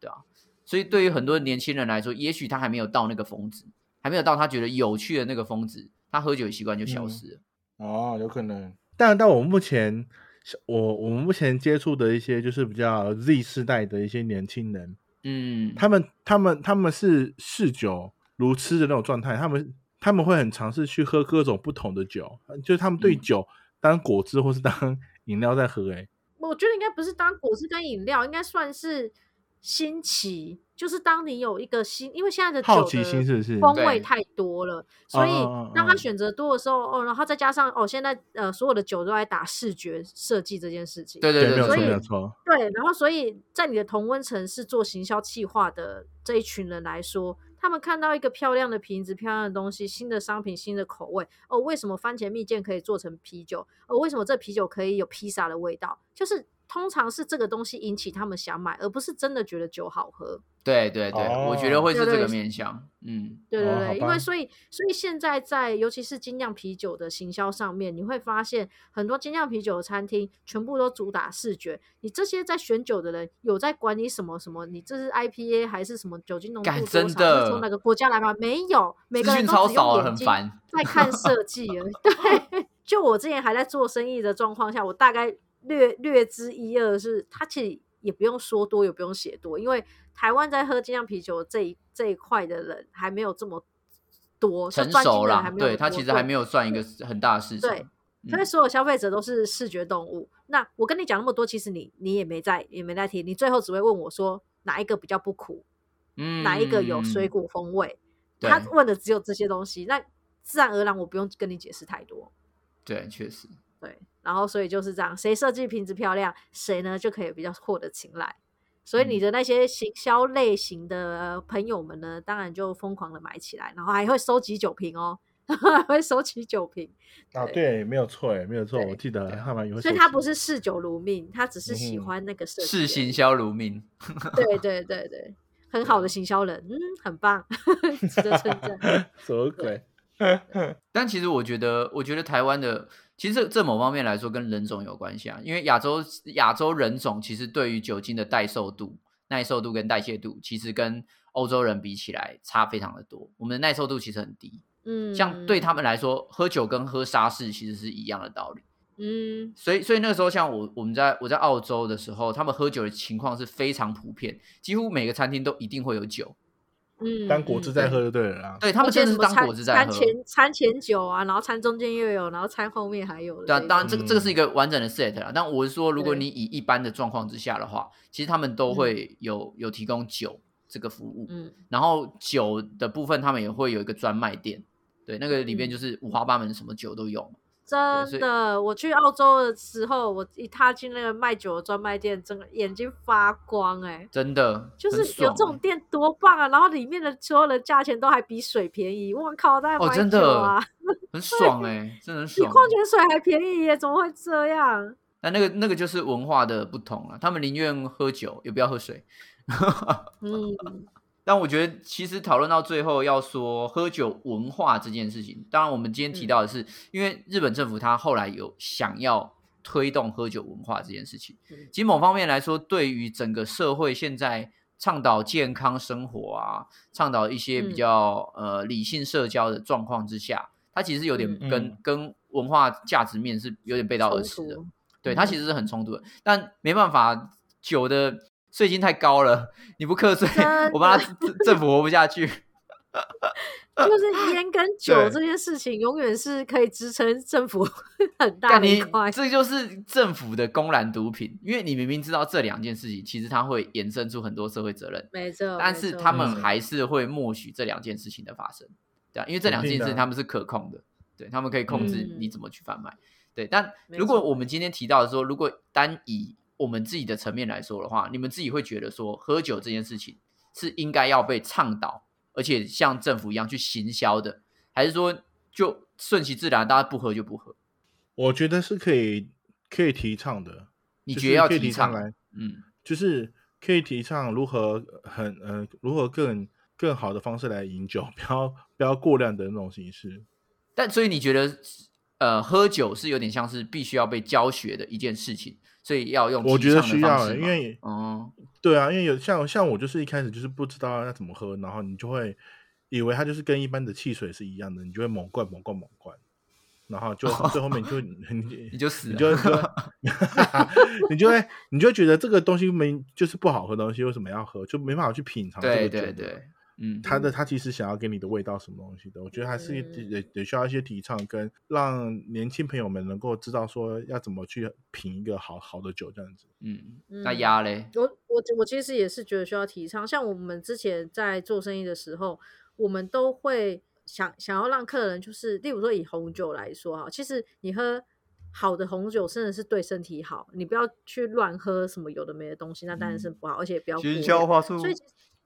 [SPEAKER 3] 对啊。所以对于很多年轻人来说，也许他还没有到那个峰值，还没有到他觉得有趣的那个峰值，他喝酒的习惯就消失了。嗯
[SPEAKER 1] 哦，有可能。但但我目前，我我们目前接触的一些就是比较 Z 世代的一些年轻人，
[SPEAKER 3] 嗯，
[SPEAKER 1] 他们他们他们是嗜酒如痴的那种状态，他们他们会很尝试去喝各种不同的酒，呃就是他们对
[SPEAKER 3] 嗯
[SPEAKER 1] 酒当果汁或是当 [laughs] 饮料在喝、欸。哎，
[SPEAKER 2] 我觉得应该不是当果汁跟饮料，应该算是新奇，就是当你有一个新，因为现在的
[SPEAKER 1] 好
[SPEAKER 2] 酒
[SPEAKER 1] 奇
[SPEAKER 2] 的
[SPEAKER 1] 心是不是
[SPEAKER 2] 风
[SPEAKER 3] 对
[SPEAKER 2] 味太多了，所以
[SPEAKER 1] 嗯嗯嗯
[SPEAKER 2] 当他
[SPEAKER 1] 嗯
[SPEAKER 2] 选择多的时候，哦，然后再加上哦，现在呃所有的酒都在打视觉设计这件事情，
[SPEAKER 3] 对对
[SPEAKER 1] 没有
[SPEAKER 3] 对，
[SPEAKER 1] 错，
[SPEAKER 2] 所以
[SPEAKER 1] 没有错。
[SPEAKER 2] 对，然后所以在你的同温层是做行销企划的这一群人来说，他们看到一个漂亮的瓶子、漂亮的东西、新的商品、新的口味，哦，为什么番茄蜜饯可以做成啤酒？哦，为什么这啤酒可以有披萨的味道？就是通常是这个东西引起他们想买，而不是真的觉得酒好喝。
[SPEAKER 3] 对对对，
[SPEAKER 1] 哦
[SPEAKER 3] 我觉得会是
[SPEAKER 2] 对
[SPEAKER 3] 这
[SPEAKER 2] 对
[SPEAKER 3] 个
[SPEAKER 2] 是
[SPEAKER 3] 面向，嗯，
[SPEAKER 2] 对对
[SPEAKER 1] 哦好
[SPEAKER 2] 对，因
[SPEAKER 1] 吧
[SPEAKER 2] 为所以所以现在在尤其是精酿啤酒的行销上面，你会发现很多精酿啤酒的餐厅全部都主打视觉。你这些在选酒的人有在管你什么什么？你这是 IPA 还是什么酒精浓度
[SPEAKER 3] 干
[SPEAKER 2] 多少？
[SPEAKER 3] 真
[SPEAKER 2] 是
[SPEAKER 3] 的
[SPEAKER 2] 从哪个国家来吗？没有，每个
[SPEAKER 3] 资
[SPEAKER 2] 人
[SPEAKER 3] 讯
[SPEAKER 2] 都
[SPEAKER 3] 超
[SPEAKER 2] 只
[SPEAKER 3] 少
[SPEAKER 2] 用
[SPEAKER 3] 了，很
[SPEAKER 2] 眼睛
[SPEAKER 3] 烦。
[SPEAKER 2] 在看设计
[SPEAKER 3] [laughs]
[SPEAKER 2] 而已。对， [laughs] 就我之前还在做生意的状况下，我大概略略知一二是，它其实也不用说多，也不用写多，因为台湾在喝精酿啤酒这一这一块的人还没有这么多，就
[SPEAKER 3] 成
[SPEAKER 2] 专精的
[SPEAKER 3] 熟
[SPEAKER 2] 人
[SPEAKER 3] 啦
[SPEAKER 2] 还，没有
[SPEAKER 3] 对
[SPEAKER 2] 很
[SPEAKER 3] 他
[SPEAKER 2] 多
[SPEAKER 3] 其实还
[SPEAKER 2] 对
[SPEAKER 3] 没有算一个很大的市场。
[SPEAKER 2] 对
[SPEAKER 3] 嗯
[SPEAKER 2] 所以所有消费者都是视觉动物。那我跟你讲那么多，其实你你也没在也没在听，你最后只会问我说哪一个比较不苦，
[SPEAKER 3] 嗯，
[SPEAKER 2] 哪一个有水果风味。
[SPEAKER 3] 对
[SPEAKER 2] 他问的只有这些东西，那自然而然我不用跟你解释太多。
[SPEAKER 3] 对，确实，
[SPEAKER 2] 对，然后所以就是这样，谁设计瓶子漂亮，谁呢就可以比较获得青睐。所以你
[SPEAKER 3] 嗯
[SPEAKER 2] 的那些行销类型的朋友们呢，当然就疯狂的买起来，然后还会收集酒瓶哦， [laughs] 还会收集酒瓶，
[SPEAKER 1] 啊，
[SPEAKER 2] 对
[SPEAKER 1] 对，没有错，哎，没有错，
[SPEAKER 2] 对
[SPEAKER 1] 我记得
[SPEAKER 3] 对啊
[SPEAKER 1] 他们也会
[SPEAKER 2] 所以
[SPEAKER 1] 收
[SPEAKER 2] 他
[SPEAKER 1] 集
[SPEAKER 2] 不是嗜酒如命，他只是喜
[SPEAKER 1] 嗯哼
[SPEAKER 2] 欢那个设计而
[SPEAKER 3] 视
[SPEAKER 2] 已。
[SPEAKER 3] 行销如命。 [laughs]
[SPEAKER 2] 对对对对，很好的行销人，嗯，很棒，值得称
[SPEAKER 3] [laughs]
[SPEAKER 2] 赞。
[SPEAKER 1] [laughs] 什么鬼？
[SPEAKER 3] 但其实我觉得，我觉得台湾的其实这这某方面来说跟人种有关系啊，因为亚洲亚洲人种其实对于酒精的耐受度、耐受度跟代谢度，其实跟欧洲人比起来差非常的多。我们的耐受度其实很低，
[SPEAKER 2] 嗯，
[SPEAKER 3] 像对他们来说，喝酒跟喝沙士其实是一样的道理。
[SPEAKER 2] 嗯，
[SPEAKER 3] 所以，所以那个时候，像我我们在我在澳洲的时候，他们喝酒的情况是非常普遍，几乎每个餐厅都一定会有酒。
[SPEAKER 2] 嗯
[SPEAKER 1] 当果汁
[SPEAKER 2] 嗯
[SPEAKER 1] 在喝就对了啦。
[SPEAKER 3] 对他
[SPEAKER 2] 而
[SPEAKER 3] 们
[SPEAKER 2] 且
[SPEAKER 3] 真
[SPEAKER 2] 什
[SPEAKER 3] 的是
[SPEAKER 2] 么
[SPEAKER 3] 当
[SPEAKER 2] 餐
[SPEAKER 3] 果汁在
[SPEAKER 2] 餐
[SPEAKER 3] 喝。
[SPEAKER 2] 前餐前酒啊，然后餐中间又有，然后餐后面还有的
[SPEAKER 3] 对啊，
[SPEAKER 2] 这一
[SPEAKER 3] 当然
[SPEAKER 2] 种
[SPEAKER 3] 这个这个是一个完整的 set 啦。但我是说，如果
[SPEAKER 2] 嗯对
[SPEAKER 3] 你以一般的状况之下的话，其实他们都
[SPEAKER 2] 嗯
[SPEAKER 3] 会有有提供酒这个服务，
[SPEAKER 2] 嗯
[SPEAKER 3] 然后酒的部分他们也会有一个专卖店，对，那个里面
[SPEAKER 2] 嗯
[SPEAKER 3] 就是五花八门，什么酒都有嘛。所
[SPEAKER 2] 真
[SPEAKER 3] 以
[SPEAKER 2] 的，我去澳洲的时候，我一踏进那个卖酒的专卖店，整个眼睛发光哎、
[SPEAKER 3] 真的
[SPEAKER 2] 就是
[SPEAKER 3] 很
[SPEAKER 2] 有
[SPEAKER 3] 爽
[SPEAKER 2] 这种
[SPEAKER 3] 欸
[SPEAKER 2] 店多棒啊！然后里面的所有的价钱都还比水便宜，我靠，大家
[SPEAKER 3] 哦，
[SPEAKER 2] 买
[SPEAKER 3] 真
[SPEAKER 2] 酒
[SPEAKER 3] 的
[SPEAKER 2] 啊，
[SPEAKER 3] [laughs] 很爽哎、真的很
[SPEAKER 2] 比
[SPEAKER 3] 爽。哦
[SPEAKER 2] 矿泉水还便宜耶，怎么会这样？
[SPEAKER 3] 那那个那个就是文化的不同啊了，他们宁愿喝酒也不要喝水。
[SPEAKER 2] 嗯，
[SPEAKER 3] 但我觉得，其实讨论到最后，要说喝酒文化这件事情，当然我们今天提
[SPEAKER 2] 嗯
[SPEAKER 3] 到的是，因为日本政府它后来有想要推动喝酒文化这件事情
[SPEAKER 2] 嗯。
[SPEAKER 3] 其实某方面来说，对于整个社会现在倡导健康生活啊，倡导一些
[SPEAKER 2] 嗯
[SPEAKER 3] 比较、呃理性社交的状况之下，它其实有点
[SPEAKER 1] 嗯
[SPEAKER 3] 跟、
[SPEAKER 1] 嗯
[SPEAKER 3] 跟文化价值面是有点背道而驰
[SPEAKER 2] 冲
[SPEAKER 3] 的
[SPEAKER 2] 突。
[SPEAKER 3] 对，它
[SPEAKER 2] 嗯
[SPEAKER 3] 其实是很冲突的，但没办法，酒的税金太高了，你不课税
[SPEAKER 2] 真的，
[SPEAKER 3] 我怕政政府活不下去。
[SPEAKER 2] 就是烟
[SPEAKER 3] [laughs]
[SPEAKER 2] 跟酒
[SPEAKER 3] 啊对
[SPEAKER 2] 这件事情，永远是可以支撑政府 [laughs] 很 [laughs] 大
[SPEAKER 3] 但
[SPEAKER 2] 的一
[SPEAKER 3] 你
[SPEAKER 2] 块。
[SPEAKER 3] 这就是政府的公然毒品，因为你明明知道这两件事情，其实它会延伸出很多社会责任，
[SPEAKER 2] 没错，
[SPEAKER 3] 但
[SPEAKER 2] 没
[SPEAKER 3] 是
[SPEAKER 2] 错
[SPEAKER 3] 他们
[SPEAKER 1] 嗯
[SPEAKER 3] 还是会默许这两件事情的发生，对啊，因为
[SPEAKER 1] 肯
[SPEAKER 3] 这两件
[SPEAKER 1] 定的
[SPEAKER 3] 事情
[SPEAKER 1] 啊
[SPEAKER 3] 他们是可控的，对他们可以控制
[SPEAKER 2] 嗯
[SPEAKER 3] 你怎么去贩卖，对。但
[SPEAKER 2] 没
[SPEAKER 3] 如果
[SPEAKER 2] 错
[SPEAKER 3] 我们今天提到的说，如果单以我们自己的层面来说的话，你们自己会觉得说，喝酒这件事情是应该要被倡导，而且像政府一样去行销的，还是说就顺其自然，大家不喝就不喝？
[SPEAKER 1] 我觉得是可以可以提倡的，
[SPEAKER 3] 你
[SPEAKER 1] 就
[SPEAKER 3] 觉
[SPEAKER 1] 是
[SPEAKER 3] 得要
[SPEAKER 1] 可以
[SPEAKER 3] 提
[SPEAKER 1] 提倡
[SPEAKER 3] 倡？
[SPEAKER 1] 来，
[SPEAKER 3] 嗯，
[SPEAKER 1] 就是可以提倡如何很呃如何更更好的方式来饮酒， [laughs] 不要不要过量的那种形式。
[SPEAKER 3] 但所以你觉得，呃，喝酒是有点像是必须要被教学的一件事情，所以要用
[SPEAKER 1] 我
[SPEAKER 3] 提
[SPEAKER 1] 觉得
[SPEAKER 3] 倡的
[SPEAKER 1] 需
[SPEAKER 3] 方
[SPEAKER 1] 要、欸
[SPEAKER 3] 式
[SPEAKER 1] 因
[SPEAKER 3] 吗
[SPEAKER 1] 为
[SPEAKER 3] 哦，
[SPEAKER 1] 对啊，因为有像像我就是一开始就是不知道要怎么喝，然后你就会以为它就是跟一般的汽水是一样的，你就会猛灌猛灌猛灌，然后就最后面
[SPEAKER 3] [laughs]
[SPEAKER 1] 你就你
[SPEAKER 3] 哦你就死
[SPEAKER 1] 你就
[SPEAKER 3] 了。 [laughs]
[SPEAKER 1] 你就会你就会你就会觉得这个东西没就是不好喝的东西，为什么要喝？就没办法去品尝这
[SPEAKER 3] 对
[SPEAKER 1] 个酒
[SPEAKER 3] 对
[SPEAKER 1] 的。
[SPEAKER 3] 对，嗯，
[SPEAKER 1] 他的他其实想要给你的味道什么东西的，我觉得还是
[SPEAKER 2] 嗯
[SPEAKER 1] 得得需要一些提倡，跟让年轻朋友们能够知道说要怎么去品一个好好的酒这样
[SPEAKER 3] [laughs]
[SPEAKER 1] 子。
[SPEAKER 3] 嗯，
[SPEAKER 2] 嗯
[SPEAKER 3] 那鸭嘞，
[SPEAKER 2] 我我我其实也是觉得需要提倡，像我们之前在做生意的时候，我们都会想想要让客人，就是例如说以红酒来说哈，其实你喝好的红酒真的是对身体好，你不要去乱喝什么有的没的东西，那当然是不好，而且也不要过
[SPEAKER 4] 行
[SPEAKER 2] 量
[SPEAKER 4] 销话术
[SPEAKER 2] 所以其实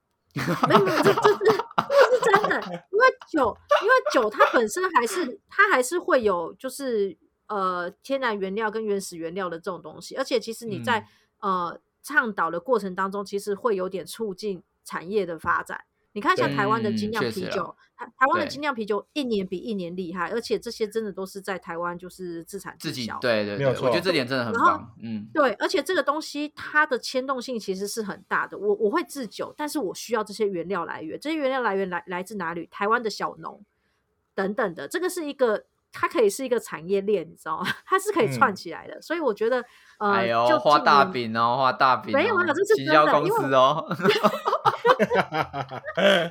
[SPEAKER 2] 没有，没有这这是这是真的，因为酒，因为酒它本身还是它还是会有就是呃天然原料跟原始原料的这种东西，而且其实你在、
[SPEAKER 3] 嗯
[SPEAKER 2] 呃倡导的过程当中，其实会有点促进产业的发展。你看，像台湾的
[SPEAKER 3] 对
[SPEAKER 2] 精
[SPEAKER 3] 嗯
[SPEAKER 2] 酿
[SPEAKER 3] 确
[SPEAKER 2] 啤
[SPEAKER 3] 实啊
[SPEAKER 2] 酒，台台湾的
[SPEAKER 3] 对
[SPEAKER 2] 精酿啤酒一年比一年厉害，而且这些真的都是在台湾就是自产
[SPEAKER 3] 自己
[SPEAKER 2] 销。
[SPEAKER 3] 对对
[SPEAKER 1] 没
[SPEAKER 3] 对，
[SPEAKER 1] 有
[SPEAKER 3] 我觉
[SPEAKER 1] 错
[SPEAKER 3] 得这点真的很
[SPEAKER 2] 然后
[SPEAKER 3] 棒，嗯，
[SPEAKER 2] 对，而且这个东西它的牵动性其实是很大的。我我会制酒，但是我需要这些原料来源，这些原料来源来来自哪里？台湾的小农等等的，这个是一个。它可以是一个产业链，你知道吗？ [laughs] 它是可以串
[SPEAKER 1] 嗯
[SPEAKER 2] 起来的，所以我觉得，呃，
[SPEAKER 3] 哎呦
[SPEAKER 2] 就，
[SPEAKER 3] 画
[SPEAKER 2] 近
[SPEAKER 3] 大
[SPEAKER 2] 年
[SPEAKER 3] 饼哦，画大饼哦，
[SPEAKER 2] 没有没有这是
[SPEAKER 3] 行
[SPEAKER 2] 真
[SPEAKER 3] 销
[SPEAKER 2] 的
[SPEAKER 3] 公
[SPEAKER 2] 因为
[SPEAKER 3] 司哦，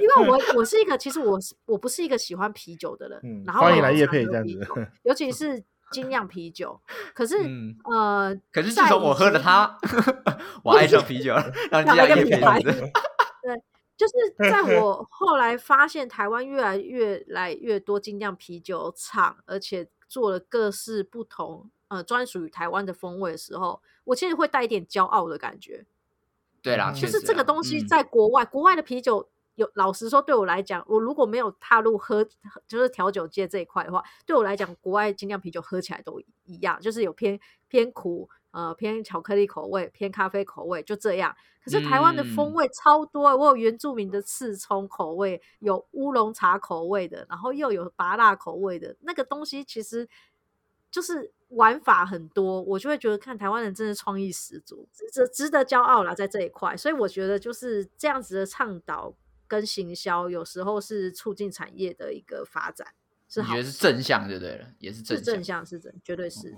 [SPEAKER 2] 因为我我是一个，其实我是我不是一个喜欢啤酒的人，
[SPEAKER 1] 嗯
[SPEAKER 2] 然后
[SPEAKER 1] 欢
[SPEAKER 2] 我
[SPEAKER 1] 迎来
[SPEAKER 2] 也不
[SPEAKER 1] 业
[SPEAKER 2] 常
[SPEAKER 1] 配
[SPEAKER 2] 喝
[SPEAKER 1] 这样子
[SPEAKER 2] 啤酒，
[SPEAKER 3] [laughs]
[SPEAKER 2] 尤其是精酿啤酒。可是、
[SPEAKER 3] 嗯
[SPEAKER 2] 呃，
[SPEAKER 3] 可是自
[SPEAKER 2] 在
[SPEAKER 3] 从我
[SPEAKER 2] 以
[SPEAKER 3] 喝了
[SPEAKER 2] 前 [laughs]
[SPEAKER 3] 它，我爱上啤酒了，让人
[SPEAKER 2] 哪
[SPEAKER 3] 家
[SPEAKER 2] 个
[SPEAKER 3] 也
[SPEAKER 2] 品
[SPEAKER 3] 配
[SPEAKER 2] 牌
[SPEAKER 3] [laughs] 是不是
[SPEAKER 2] 就是在我后来发现台湾越来越来越多精酿啤酒厂，而且做了各式不同呃专属于台湾的风味的时候，我其实会带一点骄傲的感觉，
[SPEAKER 3] 对啦，
[SPEAKER 1] 嗯
[SPEAKER 2] [laughs] 就
[SPEAKER 3] 确
[SPEAKER 2] 是
[SPEAKER 3] 实
[SPEAKER 2] 这个
[SPEAKER 3] 啦
[SPEAKER 2] 东西
[SPEAKER 3] 嗯
[SPEAKER 2] 在国外，国外的啤酒。有老实说，对我来讲，我如果没有踏入喝，就是调酒界这一块的话，对我来讲，国外精酿啤酒喝起来都一样，就是有偏偏苦，呃，偏巧克力口味，偏咖啡口味，就这样。可是台湾的
[SPEAKER 3] 嗯
[SPEAKER 2] 风味超多、欸我有原住民的刺葱口味，有乌龙茶口味的，然后又有拔辣口味的，那个东西其实就是玩法很多，我就会觉得看台湾人真的创意十足，值得值得骄傲啦，在这一块。所以我觉得就是这样子的倡导跟行销，有时候是促进产业的一个发展，是
[SPEAKER 3] 你
[SPEAKER 2] 好
[SPEAKER 3] 觉得是正向就对了，也是
[SPEAKER 2] 是正
[SPEAKER 3] 正向。哦
[SPEAKER 2] 向，是正，绝对是。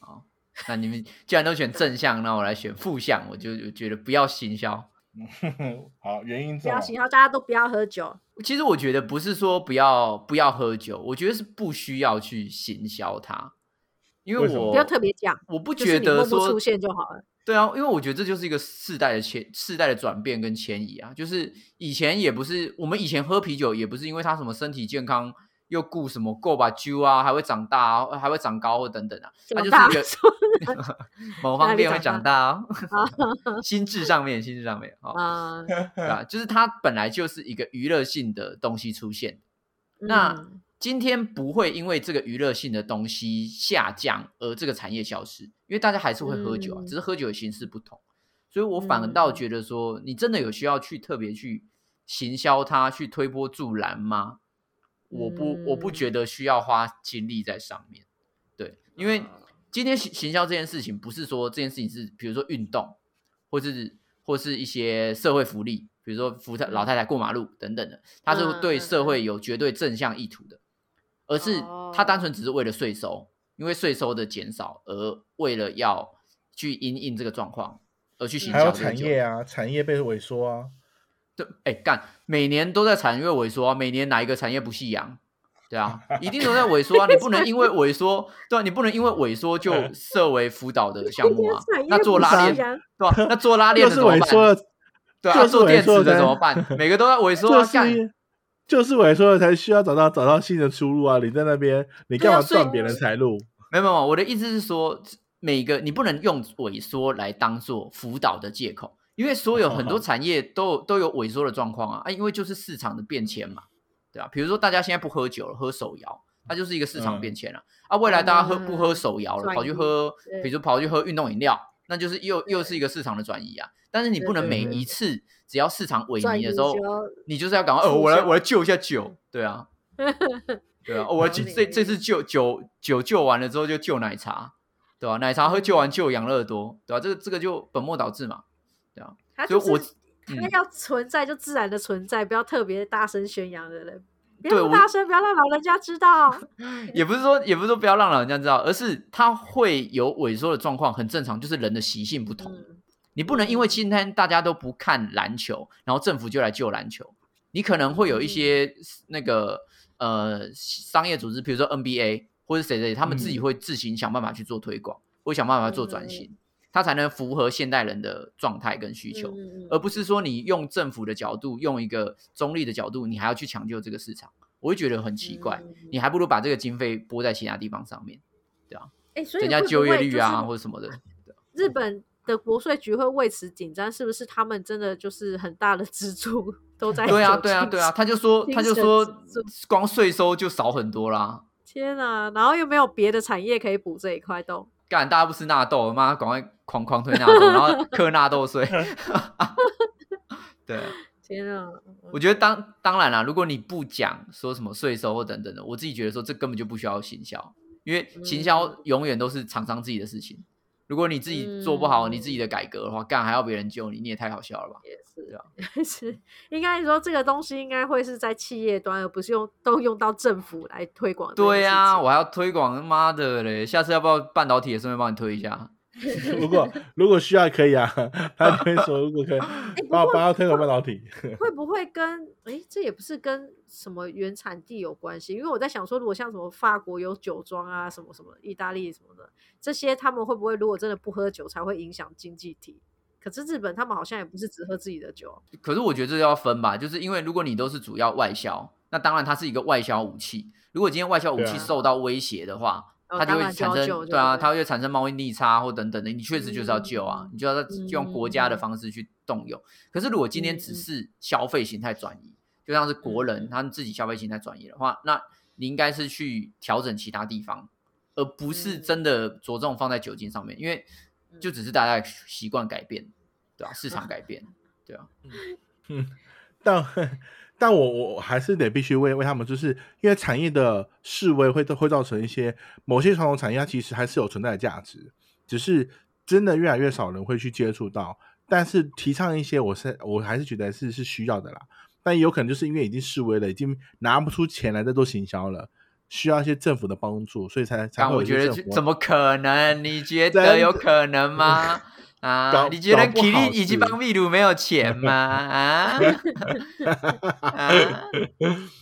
[SPEAKER 3] 好，那你们既然都选正向，那我来选负向，我就我觉得不要行销。
[SPEAKER 1] [laughs] 好，原因
[SPEAKER 2] 不
[SPEAKER 1] 怎
[SPEAKER 2] 要
[SPEAKER 3] 哦
[SPEAKER 1] 么？
[SPEAKER 2] 行销，大家都不要喝酒。
[SPEAKER 3] 其实我觉得不是说不要不要喝酒，我觉得是不需要去行销它，因
[SPEAKER 1] 为什么
[SPEAKER 3] 我
[SPEAKER 2] 不要特别讲，
[SPEAKER 3] 我哦不
[SPEAKER 2] 就是
[SPEAKER 3] 觉
[SPEAKER 2] 你
[SPEAKER 3] 得
[SPEAKER 2] 默默
[SPEAKER 3] 说
[SPEAKER 2] 出现就好了。
[SPEAKER 3] 对啊，因为我觉得这就是一个世代的迁世代的转变跟迁移啊，就是以前也不是我们以前喝啤酒也不是因为它什么身体健康又顾什么够吧酒啊，还会长大啊，还会长高或等等啊，它
[SPEAKER 2] 长
[SPEAKER 3] 就是
[SPEAKER 2] 大
[SPEAKER 3] 一个某方面会长大哦，
[SPEAKER 2] [laughs]
[SPEAKER 3] 心智上面心智上面哦，
[SPEAKER 2] 啊，
[SPEAKER 3] 对吧、就是它本来就是一个娱乐性的东西出现，那
[SPEAKER 2] 嗯
[SPEAKER 3] 今天不会因为这个娱乐性的东西下降而这个产业消失，因为大家还是会喝酒啊，
[SPEAKER 2] 嗯
[SPEAKER 3] 只是喝酒的形式不同。所以我反倒觉得说，你真的有需要去特别去行销它，去推波助澜吗？我不，我不
[SPEAKER 2] 嗯
[SPEAKER 3] 觉得需要花精力在上面。对，因为
[SPEAKER 2] 啊
[SPEAKER 3] 今天行行销这件事情，不是说这件事情是，比如说运动，或是或是一些社会福利，比如说扶太老太太过马路等等的，它是
[SPEAKER 2] 嗯
[SPEAKER 3] 对
[SPEAKER 2] 嗯嗯。
[SPEAKER 3] 社会有绝对正向意图的，而是它单纯
[SPEAKER 1] 哦
[SPEAKER 3] 只是为了税收，因为税收的减少而为了要去因应这个状况而去行
[SPEAKER 1] 还有
[SPEAKER 3] 销这个
[SPEAKER 1] 产
[SPEAKER 3] 酒
[SPEAKER 1] 业啊，产业被萎缩啊，
[SPEAKER 3] 对，哎干，每年都在产业萎缩、啊，每年哪一个产业不夕阳？对啊，一定都在萎缩啊！你不能因为萎缩，对、啊，你不能因为萎
[SPEAKER 1] [laughs]
[SPEAKER 3] 缩就设为辅导的项目啊
[SPEAKER 2] 产业
[SPEAKER 3] 那做
[SPEAKER 2] 不
[SPEAKER 3] 拉
[SPEAKER 2] 夕
[SPEAKER 3] 链，
[SPEAKER 2] 阳
[SPEAKER 3] 对吧、那做拉链
[SPEAKER 1] 又
[SPEAKER 3] 的
[SPEAKER 1] 是
[SPEAKER 3] 怎么
[SPEAKER 1] 萎缩
[SPEAKER 3] 办？
[SPEAKER 1] 了，
[SPEAKER 3] 对啊，
[SPEAKER 1] 就是
[SPEAKER 3] 做电
[SPEAKER 1] 萎缩
[SPEAKER 3] 池的
[SPEAKER 1] 的
[SPEAKER 3] 怎么办？每个都在萎
[SPEAKER 1] [laughs]
[SPEAKER 3] 缩
[SPEAKER 1] 就
[SPEAKER 3] 啊！干，
[SPEAKER 1] 是就是萎缩了才需要找到找到新的出路啊！你在那边，你
[SPEAKER 3] 对啊
[SPEAKER 1] 干嘛
[SPEAKER 3] 所以
[SPEAKER 1] 断别人财
[SPEAKER 3] [laughs]
[SPEAKER 1] 路？
[SPEAKER 3] 没有没有，我的意思是说，每个你不能用萎缩来当做辅导的借口，因为所有很多产业都有都有萎缩的状况啊啊，因为就是市场的变迁嘛，对啊吧、比如说大家现在不喝酒了，喝手摇，它就是一个市场变迁了、啊。未来大家喝不喝手摇了，
[SPEAKER 2] 嗯转移
[SPEAKER 3] 跑去喝，
[SPEAKER 2] 对
[SPEAKER 3] 比如跑去喝运动饮料，那就是又又是一个市场的转移啊。但是你不能
[SPEAKER 2] 对
[SPEAKER 3] 每
[SPEAKER 1] 对对
[SPEAKER 3] 一次只要市场萎
[SPEAKER 2] 转
[SPEAKER 3] 靡的
[SPEAKER 2] 移
[SPEAKER 3] 时候
[SPEAKER 2] 就要，
[SPEAKER 3] 你就是要赶快，哦，
[SPEAKER 2] 促
[SPEAKER 3] 我来
[SPEAKER 2] 销
[SPEAKER 3] 我来救一下酒，对
[SPEAKER 2] [laughs]
[SPEAKER 3] 啊，对啊，哦我
[SPEAKER 2] 了
[SPEAKER 3] 这
[SPEAKER 2] 解
[SPEAKER 3] 这这次救酒酒救完了之后就救奶茶，对啊吧、奶茶
[SPEAKER 2] 嗯
[SPEAKER 3] 喝救完救养乐多，对吧、啊这个这个就本末倒置嘛，
[SPEAKER 2] 它
[SPEAKER 3] 所
[SPEAKER 2] 就
[SPEAKER 3] 以我
[SPEAKER 2] 是它
[SPEAKER 3] 嗯
[SPEAKER 2] 要存在就自然的存在，不要特别大声宣扬的人，不
[SPEAKER 3] 对
[SPEAKER 2] 要那么
[SPEAKER 3] 我
[SPEAKER 2] 大声，不要让老人家知道。
[SPEAKER 3] [laughs]
[SPEAKER 2] 嗯
[SPEAKER 3] 也不是说也不是说不要让老人家知道，而是它会有萎缩的状况，很正常，就是人的习性不同。
[SPEAKER 2] 嗯，
[SPEAKER 3] 你不能因为
[SPEAKER 2] 嗯
[SPEAKER 3] 今天大家都不看篮球，然后政府就来救篮球，你可能会有一
[SPEAKER 2] 嗯
[SPEAKER 3] 些那个呃商业组织，比如说 NBA 或者谁谁，他们自己
[SPEAKER 1] 嗯
[SPEAKER 3] 会自行想办法去做推广，会想办法做
[SPEAKER 2] 嗯
[SPEAKER 3] 转型，它才能符合现代人的状态跟需求。
[SPEAKER 2] 嗯嗯嗯
[SPEAKER 3] 呃而不是说你用政府的角度，用一个中立的角度，你还要去抢救这个市场，我会觉得很奇怪。
[SPEAKER 2] 嗯
[SPEAKER 3] 你还不如把这个经费拨在其他地方上面，
[SPEAKER 2] 哎，所以
[SPEAKER 3] 增加
[SPEAKER 2] 会不
[SPEAKER 3] 就业
[SPEAKER 2] 会
[SPEAKER 3] 率
[SPEAKER 2] 就
[SPEAKER 3] 啊
[SPEAKER 2] 是
[SPEAKER 3] 或者什么的。
[SPEAKER 2] 日本的国税局会为此紧张，是不是他们真的就是很大的支柱都在？
[SPEAKER 3] 对啊，对啊，对啊，。他就说他
[SPEAKER 2] 精
[SPEAKER 3] 就
[SPEAKER 2] 神
[SPEAKER 3] 说
[SPEAKER 2] 支柱
[SPEAKER 3] 光税收就少很多啦。
[SPEAKER 2] 天啊，然后又没有别的产业可以补这一块洞，
[SPEAKER 3] 干，大家不吃纳豆，妈赶快狂狂推纳豆，然后克纳豆
[SPEAKER 2] [laughs]
[SPEAKER 3] 税。对，
[SPEAKER 2] 天啊！
[SPEAKER 3] 我觉得当当然啦，如果你不讲说什么税收或等等的，我自己觉得说这根本就不需要行销，因为行销
[SPEAKER 2] 嗯
[SPEAKER 3] 永远都是厂商自己的事情。如果你自己做不好，你自己的改革的话，干还要别人救你，你也太好笑了吧？
[SPEAKER 2] 嗯也
[SPEAKER 3] 对啊
[SPEAKER 2] 是， [laughs] 是应该说这个东西应该会是在企业端，而不是用都用到政府来推广这件事情。
[SPEAKER 3] 对啊，我还要推广，妈的嘞！下次要不要半导体也顺便帮你推一下？
[SPEAKER 1] 如果如果需要可以啊， [laughs] 他就会说如果
[SPEAKER 3] [laughs] 哎
[SPEAKER 1] 可以，帮我帮他推广半导体。
[SPEAKER 2] 会不会跟诶，这也不是跟什么原产地有关系？因为我在想说，如果像什么法国有酒庄啊，什么什么意大利什么的，这些他们会不会如果真的不喝酒才会影响经济体？可是日本他们好像也不是只喝自己的酒，
[SPEAKER 3] 可是我觉得这要分吧，就是因为如果你都是主要外销，那当然它是一个外销武器。如果今天外销武
[SPEAKER 1] 对
[SPEAKER 3] 器
[SPEAKER 1] 啊
[SPEAKER 3] 受到威胁的话，
[SPEAKER 2] 哦
[SPEAKER 3] 它就
[SPEAKER 2] 当
[SPEAKER 3] 会
[SPEAKER 2] 然就
[SPEAKER 3] 产
[SPEAKER 2] 要
[SPEAKER 3] 生
[SPEAKER 2] 救就
[SPEAKER 3] 对啊，
[SPEAKER 2] 对
[SPEAKER 3] 它会产生贸易逆差或等等的，你确实就是要救啊，
[SPEAKER 2] 嗯
[SPEAKER 3] 你就要在用国家的方式去动用。可是如果今天只是消费形态转移，就像是国人
[SPEAKER 2] 嗯
[SPEAKER 3] 他们自己消费形态转移的话，那你应该是去调整其他地方，而不是
[SPEAKER 2] 嗯
[SPEAKER 3] 真的着重放在酒精上面，因为就只是大家的习惯改变，对吧、市场改变。
[SPEAKER 1] 但但我我我还是得必须为为他们，就是因为产业的示威会会造成一些某些传统产业，它其实还是有存在的价值，只是真的越来越少人会去接触到。但是提倡一些，我是我还是觉得是是需要的啦。但有可能就是因为已经示威了，已经拿不出钱来再做行销了，需要一些政府的帮助，所以才才
[SPEAKER 3] 但
[SPEAKER 1] 会有
[SPEAKER 3] 我
[SPEAKER 1] 一些
[SPEAKER 3] 觉得
[SPEAKER 1] 政
[SPEAKER 3] 就
[SPEAKER 1] 府
[SPEAKER 3] 怎么可能？你觉
[SPEAKER 1] 真
[SPEAKER 3] 得有
[SPEAKER 1] 的
[SPEAKER 3] 可能吗？啊
[SPEAKER 1] 搞，
[SPEAKER 3] 你觉
[SPEAKER 1] 搞
[SPEAKER 3] 得
[SPEAKER 1] 不
[SPEAKER 3] 吉
[SPEAKER 1] 好
[SPEAKER 3] 利以及
[SPEAKER 1] 是
[SPEAKER 3] 邦秘鲁没有钱
[SPEAKER 1] [laughs]
[SPEAKER 3] 吗？啊啊！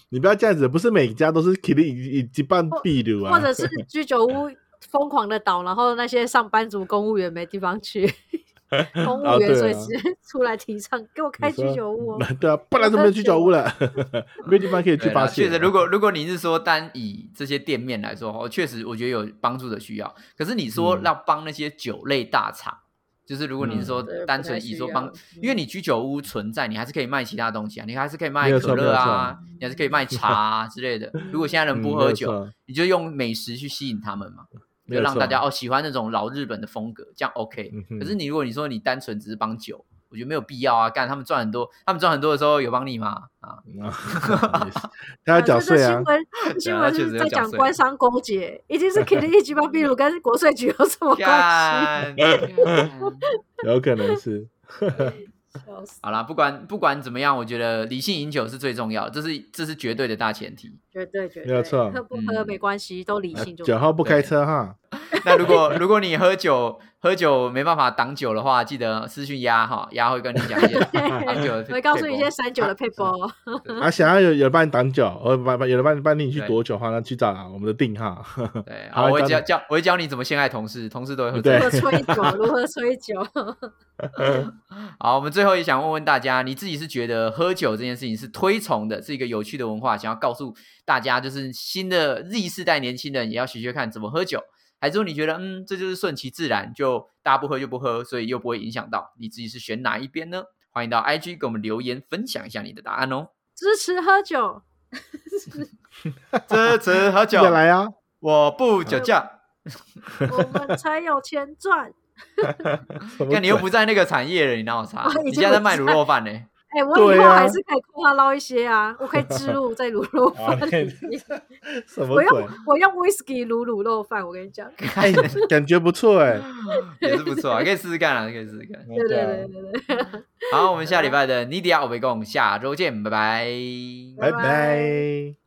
[SPEAKER 1] 你不要这样子，不是每家都是 k i l 以及半壁炉啊，[laughs]
[SPEAKER 2] 或者是居酒屋疯狂的倒，然后那些上班族公务员没地方去，
[SPEAKER 1] [laughs]
[SPEAKER 2] 公
[SPEAKER 1] 啊
[SPEAKER 2] 务员
[SPEAKER 1] 对
[SPEAKER 2] 所以
[SPEAKER 1] 啊
[SPEAKER 2] 直接 [laughs] 出来提倡给我开
[SPEAKER 1] 你说
[SPEAKER 2] 居酒屋、哦。
[SPEAKER 1] [laughs] 对啊，不然怎么能去酒屋了？ [laughs] 没有地方可以去
[SPEAKER 3] 对啦
[SPEAKER 1] 发泄
[SPEAKER 3] 确
[SPEAKER 1] 了。
[SPEAKER 3] 实，如果如果你是说单以这些店面来说，哦，确实我觉得有帮助的需要。可是你说
[SPEAKER 1] 嗯
[SPEAKER 3] 要帮那些酒类大厂，就是如果 [laughs] 你是说
[SPEAKER 2] 嗯对
[SPEAKER 3] 单
[SPEAKER 2] 不
[SPEAKER 3] 纯
[SPEAKER 2] 太
[SPEAKER 3] 以
[SPEAKER 2] 需
[SPEAKER 3] 说
[SPEAKER 2] 要
[SPEAKER 3] 帮，因为
[SPEAKER 2] 嗯
[SPEAKER 3] 你居酒屋存在，你还是可以卖其他东西啊，你还是可以卖
[SPEAKER 1] 没有
[SPEAKER 3] 可
[SPEAKER 1] 错没有
[SPEAKER 3] 乐啊，你还是可以卖茶啊之类的。如果现在人
[SPEAKER 1] 嗯
[SPEAKER 3] 不
[SPEAKER 1] 没
[SPEAKER 3] 喝
[SPEAKER 1] 有
[SPEAKER 3] 酒， [laughs]
[SPEAKER 1] 错
[SPEAKER 3] 你就用美食去吸引他们嘛，
[SPEAKER 1] 没
[SPEAKER 3] 就
[SPEAKER 1] 有
[SPEAKER 3] 让大
[SPEAKER 1] 错
[SPEAKER 3] 家哦喜欢那种老日本的风格，这样 OK
[SPEAKER 1] 嗯。哼
[SPEAKER 3] 可是你如果你说你单纯只是帮酒，我觉得没有必要啊。干他们赚很多，他们赚很多的时候有帮你吗？啊，
[SPEAKER 1] [laughs] 啊，也是他要
[SPEAKER 2] 啊
[SPEAKER 1] 缴
[SPEAKER 2] 这这
[SPEAKER 1] 税啊
[SPEAKER 2] 新，
[SPEAKER 3] [laughs]
[SPEAKER 2] 闻这新闻
[SPEAKER 3] 对啊他确实
[SPEAKER 2] 是
[SPEAKER 3] 要
[SPEAKER 2] 在
[SPEAKER 3] 缴
[SPEAKER 2] 讲
[SPEAKER 3] 税
[SPEAKER 2] 官商勾结，已经是 k i
[SPEAKER 1] [laughs]
[SPEAKER 2] t [laughs] 局邦秘鲁跟国税局有什
[SPEAKER 3] [laughs]
[SPEAKER 2] 么关
[SPEAKER 3] 干干
[SPEAKER 1] 有可能是。
[SPEAKER 2] 系？笑死，
[SPEAKER 3] 好啦，不管不管怎么样，我觉得理性饮酒是最重要的，这是这是绝对的大前提。
[SPEAKER 2] 绝对绝对，
[SPEAKER 1] 没有错
[SPEAKER 2] 喝不喝
[SPEAKER 3] 嗯
[SPEAKER 2] 没关系，都理
[SPEAKER 1] 啊
[SPEAKER 2] 性就
[SPEAKER 1] 酒
[SPEAKER 2] 好。
[SPEAKER 1] 后不开车哈，
[SPEAKER 3] 那如果如果你喝酒喝酒没办法挡酒的话，记得私讯鸭哈，鸭会跟你讲一
[SPEAKER 2] [laughs]
[SPEAKER 3] 些挡酒的
[SPEAKER 2] 我会告诉你一些
[SPEAKER 3] 配
[SPEAKER 2] 三九的配哦包，嗯
[SPEAKER 1] 啊，想要有有人帮你挡酒，呃，帮帮有人帮你帮你去
[SPEAKER 3] 对
[SPEAKER 1] 躲酒的话，那去找我们的定哈。
[SPEAKER 3] 方
[SPEAKER 1] [laughs]
[SPEAKER 3] 对，
[SPEAKER 1] 好
[SPEAKER 3] 啊，我会
[SPEAKER 1] 教
[SPEAKER 3] 教
[SPEAKER 1] 你
[SPEAKER 3] 教我会教你怎么陷害同事，同事都会喝
[SPEAKER 1] 对
[SPEAKER 2] 如
[SPEAKER 3] 醉
[SPEAKER 2] 何。吹酒，如何吹酒。
[SPEAKER 3] 好，我们最后也想问问大家，你自己是觉得喝酒这件事情是推崇的，是一个有趣的文化，想要告诉大家，就是新的 Z 世代年轻人也要学学看怎么喝酒，还是说你觉得嗯，这就是顺其自然，就大家不喝就不喝，所以又不会影响到你自己是选哪一边呢？欢迎到 IG 给我们留言分享一下你的答案哦。
[SPEAKER 2] 支持喝酒，
[SPEAKER 1] [laughs]
[SPEAKER 3] 支持喝
[SPEAKER 1] 记
[SPEAKER 3] 酒
[SPEAKER 1] 得，
[SPEAKER 3] [laughs]
[SPEAKER 1] 来啊，
[SPEAKER 3] 哎我不酒驾。
[SPEAKER 2] 我们才有钱赚。
[SPEAKER 1] 什么
[SPEAKER 3] 那你又
[SPEAKER 1] 鬼
[SPEAKER 3] 不在那个产业了，你哪有 [laughs] 差
[SPEAKER 2] 我？已
[SPEAKER 3] 哎你
[SPEAKER 2] 经
[SPEAKER 3] 现在在
[SPEAKER 2] 不
[SPEAKER 3] 卖
[SPEAKER 2] 在
[SPEAKER 3] 卤肉 [laughs] 饭呢、
[SPEAKER 2] 哎、我以
[SPEAKER 1] 对
[SPEAKER 2] 后
[SPEAKER 1] 啊
[SPEAKER 2] 还是可以括号捞一些啊，我可以置入在卤肉
[SPEAKER 1] 啊
[SPEAKER 2] 饭
[SPEAKER 1] 对
[SPEAKER 2] 里面。
[SPEAKER 1] [laughs] 什么
[SPEAKER 2] 我
[SPEAKER 1] 鬼
[SPEAKER 2] 用？我用 whisky 卤卤肉饭，我跟你讲。
[SPEAKER 1] 哎，感觉不错哎。
[SPEAKER 3] [laughs] 也是不错啊，可以试试看啊，可以试试
[SPEAKER 2] [laughs]
[SPEAKER 3] 看。
[SPEAKER 2] 对对对对对，
[SPEAKER 3] 好，我们下礼拜的尼迪亚欧维共下周见，拜拜。
[SPEAKER 1] 拜
[SPEAKER 2] 拜
[SPEAKER 1] 拜。